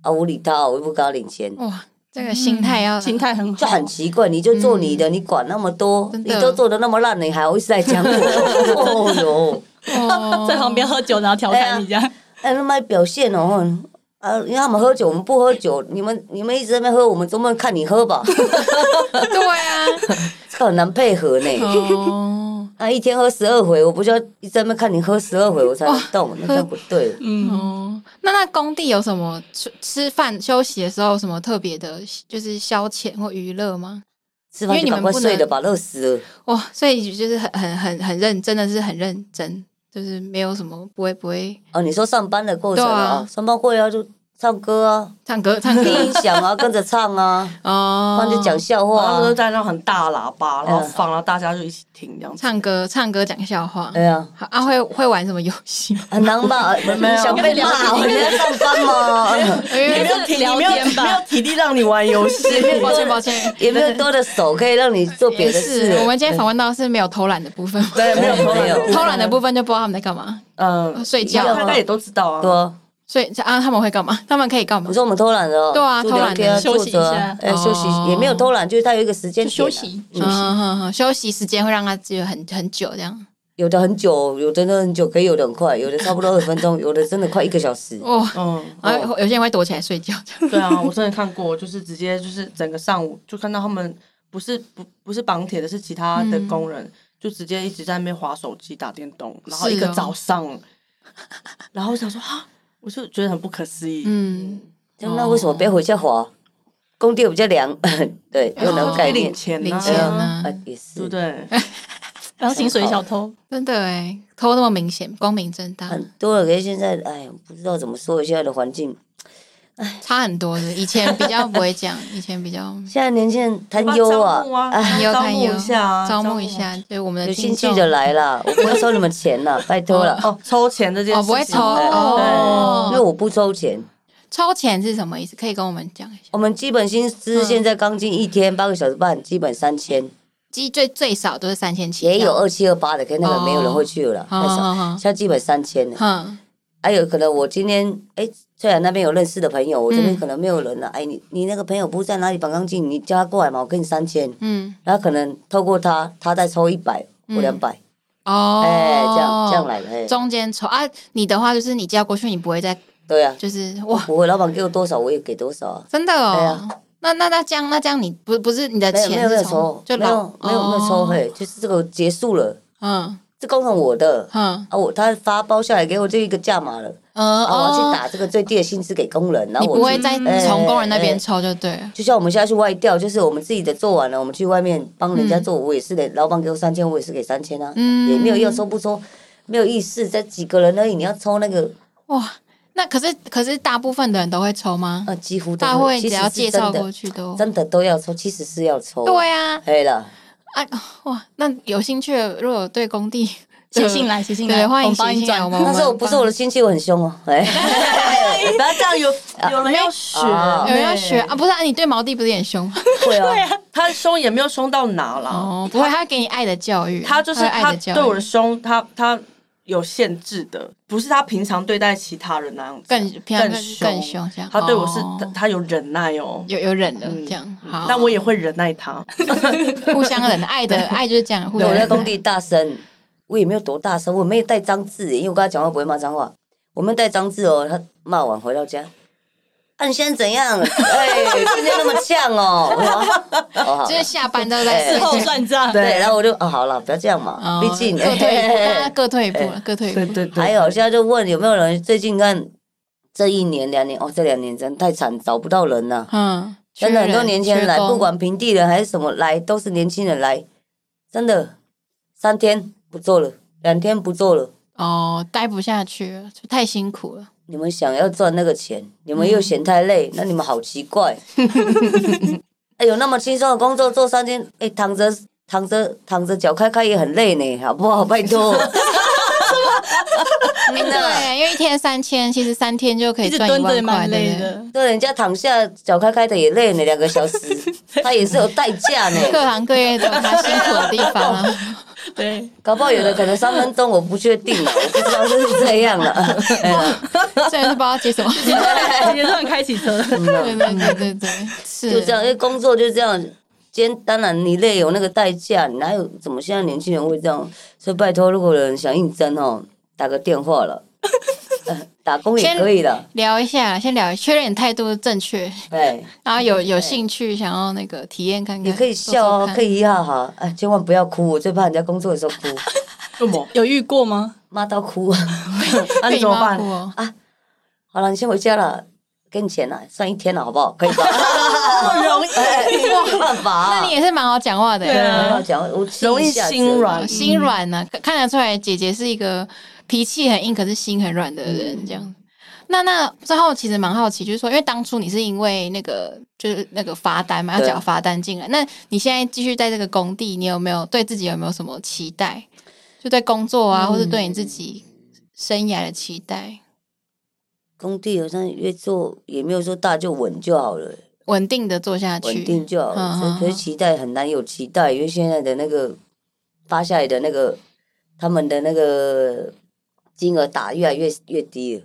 [SPEAKER 4] 啊，我理他，我又不跟他领钱，
[SPEAKER 1] 哇，这个心态
[SPEAKER 4] 嗯
[SPEAKER 1] 要
[SPEAKER 2] 心态很
[SPEAKER 4] 就
[SPEAKER 2] 好
[SPEAKER 4] 很，奇怪。你就做你的，你管那么多，
[SPEAKER 1] 真
[SPEAKER 4] 你
[SPEAKER 1] 的
[SPEAKER 4] 都做的那么烂了，你还好意思来讲我？ 哦哟，
[SPEAKER 1] 哦
[SPEAKER 2] 在旁边喝酒然后调侃你这样，
[SPEAKER 4] 哎，那么表现哦。哼啊，因为他们喝酒，我们不喝酒。你们你们一直在那边喝，我们总不能看你喝吧？
[SPEAKER 1] 对啊，
[SPEAKER 4] 这个很难配合呢。
[SPEAKER 1] 哦
[SPEAKER 4] 啊，一天喝十二回，我不需要一直在那边看你喝十二回，我才能动，那这样不对。
[SPEAKER 2] 嗯，
[SPEAKER 1] 哦，那那工地有什么吃吃饭休息的时候有什么特别的，就是消遣或娱乐吗？
[SPEAKER 4] 吃饭
[SPEAKER 1] 因为你
[SPEAKER 4] 就
[SPEAKER 1] 们
[SPEAKER 4] 赶快
[SPEAKER 1] 不
[SPEAKER 4] 睡
[SPEAKER 1] 能
[SPEAKER 4] 了吧，热死了。
[SPEAKER 1] 哇，所以就是很很很很认，真的是很认真，就是没有什么不会不会
[SPEAKER 4] 哦，你说上班的过程
[SPEAKER 1] 对啊
[SPEAKER 4] 啊，上班会啊，就唱歌啊，
[SPEAKER 1] 唱 歌唱
[SPEAKER 4] 听
[SPEAKER 1] 歌
[SPEAKER 4] 音 响啊，跟着唱啊，
[SPEAKER 1] 哦
[SPEAKER 4] 不，然就讲笑话
[SPEAKER 3] 然后都
[SPEAKER 4] 啊。
[SPEAKER 3] 在那种很大喇叭，然后
[SPEAKER 4] 嗯
[SPEAKER 3] 放，然后大家就一起听这样子。
[SPEAKER 1] 唱歌唱歌讲笑话。
[SPEAKER 4] 哎呀，
[SPEAKER 1] 好啊，会会玩什么游戏 吗？
[SPEAKER 4] 很难吧？
[SPEAKER 3] 没有
[SPEAKER 4] 想被骂，
[SPEAKER 2] 没有
[SPEAKER 4] 你在上班吗？
[SPEAKER 1] 因为
[SPEAKER 2] 有
[SPEAKER 3] 体力没
[SPEAKER 2] 聊天
[SPEAKER 3] 有
[SPEAKER 2] 吧
[SPEAKER 3] 没有体力让你玩游戏，
[SPEAKER 1] 哎抱歉抱歉，
[SPEAKER 4] 也没有多的手可以让你做 别
[SPEAKER 1] 也
[SPEAKER 4] 的
[SPEAKER 1] 是
[SPEAKER 4] 事。
[SPEAKER 1] 我们今天访问到的是没有偷懒的部分，
[SPEAKER 3] 对，没有偷
[SPEAKER 4] 没
[SPEAKER 3] 懒
[SPEAKER 4] 有
[SPEAKER 3] 的，
[SPEAKER 1] 偷懒的部分就不知道他们在干嘛，
[SPEAKER 3] 嗯，
[SPEAKER 1] 睡觉
[SPEAKER 4] 没有
[SPEAKER 3] 大家也都知道
[SPEAKER 4] 对
[SPEAKER 3] 啊。
[SPEAKER 4] 啊，
[SPEAKER 1] 所以啊他们会干嘛？他们可以干嘛
[SPEAKER 4] 我？说我们偷懒了哦，
[SPEAKER 1] 对啊
[SPEAKER 4] 就聊天啊
[SPEAKER 2] 偷懒
[SPEAKER 1] 休
[SPEAKER 2] 的
[SPEAKER 4] 坐着啊
[SPEAKER 1] 息一下
[SPEAKER 4] 哎，休息
[SPEAKER 1] 哦
[SPEAKER 4] 也没有偷懒，就是它有一个时间
[SPEAKER 2] 就
[SPEAKER 4] 点
[SPEAKER 2] 休
[SPEAKER 4] 啊
[SPEAKER 2] 息。
[SPEAKER 1] 嗯哼哼休息时间会让他只有很很久这样。
[SPEAKER 4] 有的很久，有的真的很久，可以有的很快，有的差不多二十分钟，有的真的快一个小时。
[SPEAKER 1] 哇，
[SPEAKER 3] 嗯，
[SPEAKER 1] 然后有些人会躲起来睡觉这样。
[SPEAKER 3] 对啊，我真的看过，就是直接就是整个上午就看到他们不是不不是绑铁的，是其他的
[SPEAKER 1] 嗯
[SPEAKER 3] 工人，就直接一直在那边划手机打电动，然后
[SPEAKER 1] 是
[SPEAKER 3] 一个
[SPEAKER 1] 哦
[SPEAKER 3] 早上，然后我想说啊，我就觉得很不可思议。
[SPEAKER 1] 嗯，
[SPEAKER 4] 那为什么不要回家滑？工地比较凉， 对，有那
[SPEAKER 1] 哦
[SPEAKER 4] 种概
[SPEAKER 3] 可以领
[SPEAKER 4] 念。
[SPEAKER 3] 钱
[SPEAKER 1] 领
[SPEAKER 3] 呢、
[SPEAKER 1] 钱
[SPEAKER 3] 啊，
[SPEAKER 1] 啊
[SPEAKER 4] 啊，也是
[SPEAKER 3] 对不对？
[SPEAKER 2] 然后薪水小偷，
[SPEAKER 1] 真的哎，偷那么明显，光明正大，
[SPEAKER 4] 很多了。可是现在，哎，不知道怎么说，现在的环境，
[SPEAKER 1] 差很多的。以前比较不会讲，以前比较
[SPEAKER 4] 现在年轻人贪优啊
[SPEAKER 3] 招募，啊
[SPEAKER 4] 哎，
[SPEAKER 1] 堪忧
[SPEAKER 3] 招
[SPEAKER 1] 堪
[SPEAKER 3] 募
[SPEAKER 1] 忧
[SPEAKER 3] 一下啊，
[SPEAKER 1] 招募一下，对我们
[SPEAKER 4] 有
[SPEAKER 1] 的
[SPEAKER 4] 兴
[SPEAKER 1] 听
[SPEAKER 4] 趣
[SPEAKER 1] 众
[SPEAKER 4] 的来啦，我不会收你们钱啦，拜托了，
[SPEAKER 3] 哦，抽钱这件事
[SPEAKER 1] 哦，
[SPEAKER 3] 情，
[SPEAKER 1] 不会抽
[SPEAKER 3] 对
[SPEAKER 1] 哦，
[SPEAKER 4] 因为我不抽钱。
[SPEAKER 1] 抽钱是什么意思？可以跟我们讲一下。
[SPEAKER 4] 我们基本薪
[SPEAKER 1] 嗯
[SPEAKER 4] 资现在刚进一天八个小时半，基本三千，
[SPEAKER 1] 基最最少都是三千七，
[SPEAKER 4] 也有二七二八的，可是那
[SPEAKER 1] 哦
[SPEAKER 4] 个没有人会去了啦，太
[SPEAKER 1] 好好
[SPEAKER 4] 少。
[SPEAKER 1] 好
[SPEAKER 4] 现在基本三千了，
[SPEAKER 1] 哼，
[SPEAKER 4] 还有可能我今天哎，虽然那边有认识的朋友，我这边
[SPEAKER 1] 嗯
[SPEAKER 4] 可能没有人了。哎，你你那个朋友不是在哪里绑钢筋，你叫他过来嘛，我给你三千。
[SPEAKER 1] 嗯，
[SPEAKER 4] 然后可能透过他，他再抽一百
[SPEAKER 1] 嗯
[SPEAKER 4] 或两百，
[SPEAKER 1] 哦，
[SPEAKER 4] 哎，这样这样，来的，哎，
[SPEAKER 1] 中间抽啊，你的话就是你叫过去，你不会再
[SPEAKER 4] 对啊，
[SPEAKER 1] 就是
[SPEAKER 4] 我
[SPEAKER 1] 哇，
[SPEAKER 4] 不会，老板给我多少我也给多少啊，
[SPEAKER 1] 真的
[SPEAKER 4] 对
[SPEAKER 1] 哦
[SPEAKER 4] 啊。
[SPEAKER 1] 那那那这样那这样你不不是你的
[SPEAKER 4] 没有没
[SPEAKER 1] 钱
[SPEAKER 4] 有没
[SPEAKER 1] 是
[SPEAKER 4] 有
[SPEAKER 1] 从
[SPEAKER 4] 抽，
[SPEAKER 1] 就
[SPEAKER 4] 没
[SPEAKER 1] 老
[SPEAKER 4] 有没有没有抽，，嘿，就是这个结束了，
[SPEAKER 1] 哦
[SPEAKER 4] 这工程我的
[SPEAKER 1] 嗯嗯
[SPEAKER 4] 啊，我他发包下来给我就一个价码了，
[SPEAKER 1] 呃
[SPEAKER 4] 啊，我要去
[SPEAKER 1] 哦，
[SPEAKER 4] 打这个最低的薪资给工人，然
[SPEAKER 1] 你
[SPEAKER 4] 后
[SPEAKER 1] 不
[SPEAKER 4] 我
[SPEAKER 1] 会
[SPEAKER 4] 去。
[SPEAKER 1] 再
[SPEAKER 4] 哎
[SPEAKER 1] 从工人那
[SPEAKER 4] 哎
[SPEAKER 1] 边抽就对了，
[SPEAKER 4] 就像我们现在去外调，就是我们自己的做完了，我们去外面帮人家做，我也是的，老板给我三千，我也是给三千啊，
[SPEAKER 1] 嗯
[SPEAKER 4] 也没有要抽不抽，没有意思，这几个人而已，你要抽那个
[SPEAKER 1] 哇。那可是可是大部分的人都会抽吗？
[SPEAKER 4] 啊，几乎都
[SPEAKER 1] 大会
[SPEAKER 4] 会，
[SPEAKER 1] 只
[SPEAKER 4] 其实
[SPEAKER 1] 要
[SPEAKER 4] 是
[SPEAKER 1] 介
[SPEAKER 4] 真
[SPEAKER 1] 绍
[SPEAKER 4] 的
[SPEAKER 1] 过去都
[SPEAKER 4] 真的都要抽，其实是要抽。哎
[SPEAKER 1] 对啊，
[SPEAKER 4] 对了，
[SPEAKER 1] 啊，哇，那有兴趣的，如果有对工地
[SPEAKER 2] 写信来，写信
[SPEAKER 1] 对
[SPEAKER 2] 来，
[SPEAKER 1] 欢迎
[SPEAKER 2] 我帮
[SPEAKER 1] 写
[SPEAKER 2] 你
[SPEAKER 1] 信来
[SPEAKER 2] 转
[SPEAKER 1] 我们
[SPEAKER 4] 那时候不是我的亲戚，我很凶哦。哎，
[SPEAKER 3] 不要这样，有有人要学，
[SPEAKER 4] 啊
[SPEAKER 1] 有人要学啊，不是啊，你对毛弟不是也很凶哦吗？
[SPEAKER 4] 会哦，
[SPEAKER 3] 哎他凶也没有凶到哪啦。
[SPEAKER 1] 哦，不会，他会给你爱的教育啊，
[SPEAKER 3] 他就是
[SPEAKER 1] 会爱
[SPEAKER 3] 他
[SPEAKER 1] 的教育，
[SPEAKER 3] 对我的凶，他他有限制的，不是他平常对待其他人那样子，
[SPEAKER 1] 更平常
[SPEAKER 3] 更
[SPEAKER 1] 更更凶这样
[SPEAKER 3] 他对我是
[SPEAKER 1] 哦
[SPEAKER 3] 他他有忍耐哦，
[SPEAKER 1] 有有忍了
[SPEAKER 3] 嗯
[SPEAKER 1] 这样，好，
[SPEAKER 3] 但我也会忍耐他。
[SPEAKER 1] 互相忍，爱的爱就是这样，互
[SPEAKER 4] 对，
[SPEAKER 1] 相
[SPEAKER 4] 我在
[SPEAKER 1] 忍
[SPEAKER 4] 工地大声，我也没有多大声，我没有带脏字，欸因为我跟他讲话不会骂脏话。我没有带脏字哦，他骂完回到家，啊，你现在怎 样？哎，今天那么呛哦，我说 哦好
[SPEAKER 1] 就是下班都在
[SPEAKER 2] 事
[SPEAKER 4] 哦
[SPEAKER 2] 后算账。
[SPEAKER 4] 对，然后我就哦好了，不要这样嘛，毕竟
[SPEAKER 1] 各退一 步，大家
[SPEAKER 4] 哎
[SPEAKER 1] 各退一步了，各退一
[SPEAKER 3] 对
[SPEAKER 1] 步。
[SPEAKER 3] 对对，
[SPEAKER 4] 还有现在就问有没有人最近看这一年两年哦，这两年真太惨，找不到人了。
[SPEAKER 1] 嗯，
[SPEAKER 4] 真的很多年轻人来，
[SPEAKER 1] 缺工
[SPEAKER 4] 不管平地人还是什么来，都是年轻人来，真的三天不做了，两天不做了。
[SPEAKER 1] 哦，待不下去了，就太辛苦了。
[SPEAKER 4] 你们想要赚那个钱，你们又嫌太累，那你们好奇怪。 哎，有那么轻松的工作做三天，哎，躺着躺着躺着脚开开也很累呢，好不好？拜托。
[SPEAKER 1] 哎，对，因为一天三千，其实三天就
[SPEAKER 4] 嗯
[SPEAKER 1] 可以
[SPEAKER 2] 一直
[SPEAKER 1] 哎赚
[SPEAKER 2] 蹲
[SPEAKER 1] 一
[SPEAKER 2] 着也
[SPEAKER 1] 万块，
[SPEAKER 2] 蛮
[SPEAKER 1] 对
[SPEAKER 2] 累
[SPEAKER 1] 不对？
[SPEAKER 2] 的，
[SPEAKER 4] 对，人家躺下脚开开的也累呢，两个小时，他也是有代价呢。
[SPEAKER 1] 各行各业都有他辛苦的地方啊。
[SPEAKER 2] 对，
[SPEAKER 4] 搞不好有的可能三分钟，我不确定了，我不知道是不是这样了。哎呀
[SPEAKER 1] 虽然是不知道接什么，
[SPEAKER 2] 直接突然开起车了，
[SPEAKER 1] 对对对对对，是
[SPEAKER 4] 就这样，因为工作就这样。今天当然你累有那个代价，你哪有怎么现在年轻人会这样？所以拜托，如果有人想应征哦，打个电话 了，呃打工也可以了。
[SPEAKER 1] 聊一下，先聊确认你态度正确，
[SPEAKER 4] 哎，
[SPEAKER 1] 然后有有兴趣想要那个体验看看，
[SPEAKER 4] 你可以笑
[SPEAKER 1] 做做
[SPEAKER 4] 哦，
[SPEAKER 1] 看
[SPEAKER 4] 可以哈哈，哎，千万不要哭，我最怕人家工作的时候 哭，
[SPEAKER 3] 什么？
[SPEAKER 2] 有遇过吗？
[SPEAKER 4] 骂到哭啊。
[SPEAKER 3] 那
[SPEAKER 1] 被
[SPEAKER 3] 你
[SPEAKER 1] 你
[SPEAKER 3] 怎么
[SPEAKER 1] 骂
[SPEAKER 3] 办
[SPEAKER 1] 哭？哦
[SPEAKER 4] 好了，你先回家了，给你钱了，算一天了，好不好？可以 吧？
[SPEAKER 3] 这么容易，
[SPEAKER 4] 没办法啊，
[SPEAKER 1] 那你也是蛮好讲话的耶，
[SPEAKER 2] 对啊
[SPEAKER 4] 很好讲，我气
[SPEAKER 3] 容易
[SPEAKER 4] 一下子
[SPEAKER 3] 心软
[SPEAKER 1] 哦心软呢、看看得出来姐姐是一个脾气很硬，可是心很软的
[SPEAKER 4] 嗯
[SPEAKER 1] 人，这样。那那最后其实蛮好奇，就是说，因为当初你是因为那个就是那个罚单嘛，要
[SPEAKER 4] 对
[SPEAKER 1] 缴罚单进来。那你现在继续在这个工地，你有没有对自己有没有什么期待？就对工作啊，
[SPEAKER 4] 嗯
[SPEAKER 1] 或是对你自己生涯的期待，
[SPEAKER 4] 工地好像越做也没有说大就稳就好了，
[SPEAKER 1] 稳定的做下去，
[SPEAKER 4] 稳定就好了。
[SPEAKER 1] 嗯
[SPEAKER 4] 所以
[SPEAKER 1] 嗯
[SPEAKER 4] 可是期待很难有期待，因为现在的那个发下来的那个他们的那个金额打越来越越低了，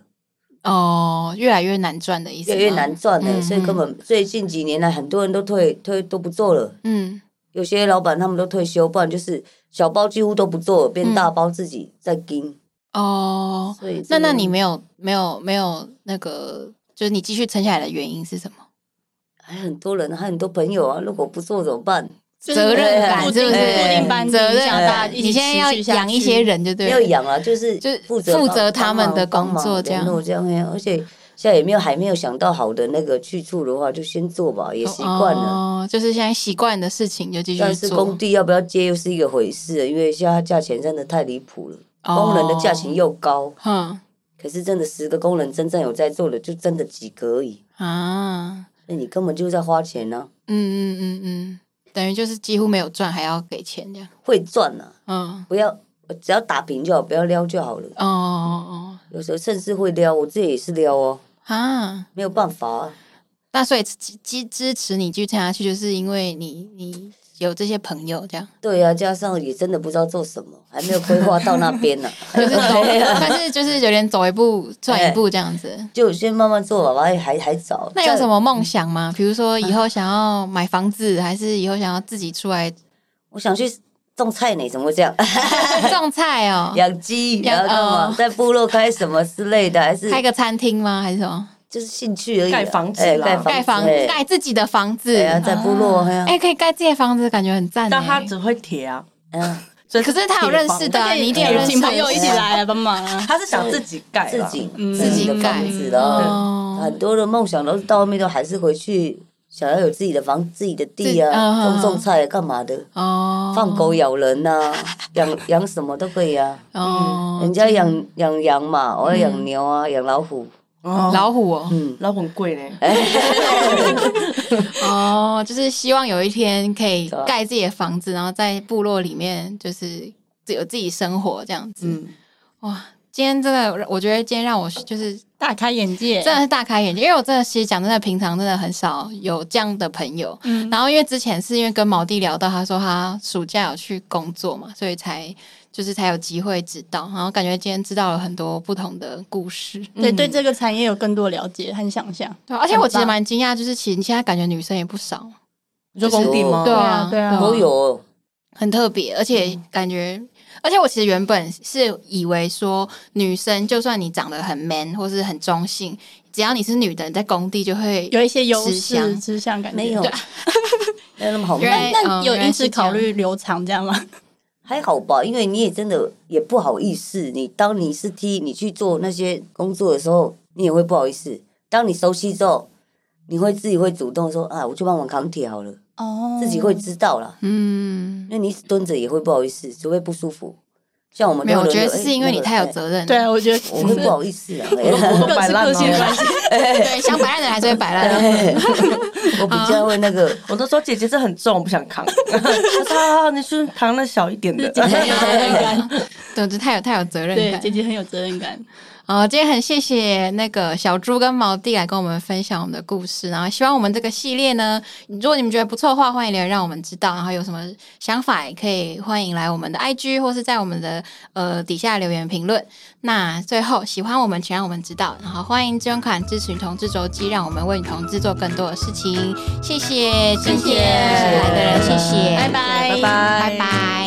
[SPEAKER 1] 哦，越来越难赚的意思，
[SPEAKER 4] 越来越难。赚了、
[SPEAKER 1] 嗯
[SPEAKER 4] 所以根本最近几年来很多人都退退都不做了。
[SPEAKER 1] 嗯，
[SPEAKER 4] 有些老板他们都退休，不然就是小包几乎都不做了，变大包自己在盯。
[SPEAKER 1] 嗯哦，
[SPEAKER 4] 所以这
[SPEAKER 1] 那
[SPEAKER 4] 个
[SPEAKER 1] 那你没有没有没有那个，就是你继续撑下来的原因是什么？
[SPEAKER 4] 还很多人，还很多朋友啊，如果不做怎么办？
[SPEAKER 1] 责任感
[SPEAKER 2] 固
[SPEAKER 1] 是
[SPEAKER 2] 定
[SPEAKER 1] 不
[SPEAKER 2] 固
[SPEAKER 1] 是？哎
[SPEAKER 2] 定班底，
[SPEAKER 1] 责任
[SPEAKER 2] 想大家
[SPEAKER 1] 感，
[SPEAKER 2] 一
[SPEAKER 1] 你
[SPEAKER 2] 起
[SPEAKER 1] 现在要
[SPEAKER 2] 持续下去
[SPEAKER 1] 养一些，人，就对
[SPEAKER 4] 要
[SPEAKER 1] 了。
[SPEAKER 4] 养啊，就是
[SPEAKER 1] 就是
[SPEAKER 4] 负责
[SPEAKER 1] 负
[SPEAKER 4] 帮
[SPEAKER 1] 责他们的
[SPEAKER 4] 帮忙
[SPEAKER 1] 工作
[SPEAKER 4] 帮忙
[SPEAKER 1] 这样
[SPEAKER 4] 联络这样哎呀而且现在也没有还没有想到好的那个去处的话，就先做吧，也习惯了。
[SPEAKER 1] 哦，就是现在习惯的事情就继续
[SPEAKER 4] 但是
[SPEAKER 1] 做。
[SPEAKER 4] 工地要不要接又是一个回事，因为现在价钱真的太离谱了，
[SPEAKER 1] 哦
[SPEAKER 4] 工人的价钱又高，
[SPEAKER 1] 哼
[SPEAKER 4] 可是真的十个工人真正有在做的就真的几个而已，
[SPEAKER 1] 啊，
[SPEAKER 4] 那你根本就在花钱啊呢、
[SPEAKER 1] 嗯嗯嗯嗯，等于就是几乎没有赚，还要给钱这样。
[SPEAKER 4] 会赚啊，
[SPEAKER 1] 嗯，
[SPEAKER 4] 不要只要打平就好，不要撩就好了。
[SPEAKER 1] 哦哦
[SPEAKER 4] 有时候甚至会撩，我自己也是撩哦，
[SPEAKER 1] 哦啊。
[SPEAKER 4] 没有办法、啊。
[SPEAKER 1] 那所以支支支持你继续撑下去，就是因为你你有这些朋友这样。
[SPEAKER 4] 对呀、加上也真的不知道做什么，还没有规划到那边 呢、
[SPEAKER 1] 就是走，但是就是有点走一步算一步这样子。
[SPEAKER 4] 就先慢慢做吧，还还还早。
[SPEAKER 1] 那有什
[SPEAKER 4] 么？
[SPEAKER 1] 么梦想吗？比如说
[SPEAKER 4] 嗯
[SPEAKER 1] 以后想要买房子，还是以后想要自己出 来
[SPEAKER 4] 我想去种菜呢，怎么会这样？
[SPEAKER 1] 种菜哦？
[SPEAKER 4] 养鸡，
[SPEAKER 1] 养
[SPEAKER 4] 然后干嘛
[SPEAKER 1] 哦？
[SPEAKER 4] 在部落开什么之类的，还是
[SPEAKER 1] 开个餐厅吗？还是什么？
[SPEAKER 4] 就是兴趣而已啊。
[SPEAKER 3] 盖房子
[SPEAKER 4] 哎
[SPEAKER 3] 啦
[SPEAKER 4] 盖房子，
[SPEAKER 1] 盖房
[SPEAKER 4] 哎
[SPEAKER 1] 盖自己的房子
[SPEAKER 4] 对？啊，在部落，哎呀
[SPEAKER 1] 哎，可以盖自己的房子，感觉很赞
[SPEAKER 3] 但他
[SPEAKER 1] 哎。
[SPEAKER 3] 只会铁啊，
[SPEAKER 4] 嗯，
[SPEAKER 3] 所以
[SPEAKER 1] 可是他有认识的啊，
[SPEAKER 2] 可以
[SPEAKER 1] 你一定有
[SPEAKER 4] 哎
[SPEAKER 1] 认识
[SPEAKER 2] 请
[SPEAKER 1] 的
[SPEAKER 2] 朋友一起来啊帮 忙啊。
[SPEAKER 3] 他是想自己盖
[SPEAKER 4] 自
[SPEAKER 3] 啦，
[SPEAKER 4] 己
[SPEAKER 2] 嗯
[SPEAKER 1] 自己
[SPEAKER 4] 的
[SPEAKER 1] 盖
[SPEAKER 4] 房子了。
[SPEAKER 1] 哦
[SPEAKER 4] 很多的梦想都是到后面都还是回去，想要有自己的房、自己的地啊，
[SPEAKER 1] 自嗯
[SPEAKER 4] 种种菜啊干嘛的，
[SPEAKER 1] 哦，
[SPEAKER 4] 放狗咬人呐，养养什么都可以啊。
[SPEAKER 1] 哦，
[SPEAKER 4] 人家养养羊嘛，我要养牛啊，养老虎，
[SPEAKER 3] 哦
[SPEAKER 1] 老虎哦，
[SPEAKER 4] 嗯，
[SPEAKER 3] 老很贵呢。
[SPEAKER 1] 哦，就是希望有一天可以
[SPEAKER 4] 对啊
[SPEAKER 1] 盖自己的房子，然后在部落里面就是自有自己生活这样子。
[SPEAKER 3] 嗯，
[SPEAKER 1] 哇，今天真的，我觉得今天让我就是
[SPEAKER 2] 大开眼界，
[SPEAKER 1] 真的是大开眼界，因为我真的其实讲真的，平常真的很少有这样的朋友。
[SPEAKER 2] 嗯
[SPEAKER 1] 然后因为之前是因为跟毛弟聊到，他说他暑假有去工作嘛，所以才就是才有机会知道。然后感觉今天知道了很多不同的故事，
[SPEAKER 2] 对对这个产业有更多了解和想象。
[SPEAKER 1] 对啊，而且我其实
[SPEAKER 2] 很棒
[SPEAKER 1] 蛮惊讶，就是其实现在感觉女生也不少，
[SPEAKER 3] 你说工地吗？
[SPEAKER 1] 对啊
[SPEAKER 2] 啊，对啊
[SPEAKER 1] 对啊
[SPEAKER 4] 都有哦，
[SPEAKER 1] 很特别，而且感觉，而且我其实原本是以为说，女生就算你长得很 man 或是很中性，只要你是女的，你在工地就会
[SPEAKER 2] 有一些优
[SPEAKER 1] 吃香
[SPEAKER 2] 势，吃相感觉
[SPEAKER 4] 没有， 没有那么好
[SPEAKER 1] 原
[SPEAKER 4] 卖
[SPEAKER 1] 来，
[SPEAKER 2] 那
[SPEAKER 1] 嗯
[SPEAKER 2] 有
[SPEAKER 1] 原来
[SPEAKER 2] 因
[SPEAKER 1] 是
[SPEAKER 2] 此考
[SPEAKER 1] 这
[SPEAKER 2] 虑留长这样吗？
[SPEAKER 4] 还好吧？因为你也真的也不好意思，你当你是 T，你去做那些工作的时候，你也会不好意思。当你熟悉之后，你会自己会主动说啊，我去帮忙扛铁好了，
[SPEAKER 2] 哦
[SPEAKER 4] 自己会知道啦。
[SPEAKER 1] 嗯，
[SPEAKER 4] 那你一直蹲着也会不好意思，除非不舒服。像我们
[SPEAKER 1] 没有，
[SPEAKER 4] 都
[SPEAKER 1] 我觉得
[SPEAKER 4] 轮流
[SPEAKER 1] 是因为你太有，
[SPEAKER 4] 哎
[SPEAKER 1] 责任了，
[SPEAKER 2] 对啊，我觉得
[SPEAKER 4] 那个哎我会不好意思 啊。
[SPEAKER 3] 我
[SPEAKER 4] 哎
[SPEAKER 3] 都摆烂
[SPEAKER 2] 各
[SPEAKER 3] 了
[SPEAKER 2] 式各式关系，
[SPEAKER 1] 对，想摆烂的还是会摆烂的。
[SPEAKER 4] 哎我比较会那个，
[SPEAKER 3] 我都说姐姐这很重，我不想扛。 她说好好好，你去扛那小一点的。
[SPEAKER 2] 姐姐很有责任感，
[SPEAKER 1] 对，这太有太有责任
[SPEAKER 2] 对，
[SPEAKER 1] 感
[SPEAKER 2] 姐。姐很有责任感。
[SPEAKER 1] 好，呃今天很谢谢那个小猪跟毛弟来跟我们分享我们的故事，然后希望我们这个系列呢，如果你们觉得不错的话，欢迎留言让我们知道，然后有什么想法也可以欢迎来我们的 IG 或是在我们的呃底下留言评论。那最后喜欢我们，请让我们知道，然后欢迎捐款支持女同志周记，让我们为女同志做更多的事情。谢谢，谢谢
[SPEAKER 2] 谢谢
[SPEAKER 1] 来的人，谢谢，
[SPEAKER 2] 拜拜
[SPEAKER 1] 拜拜。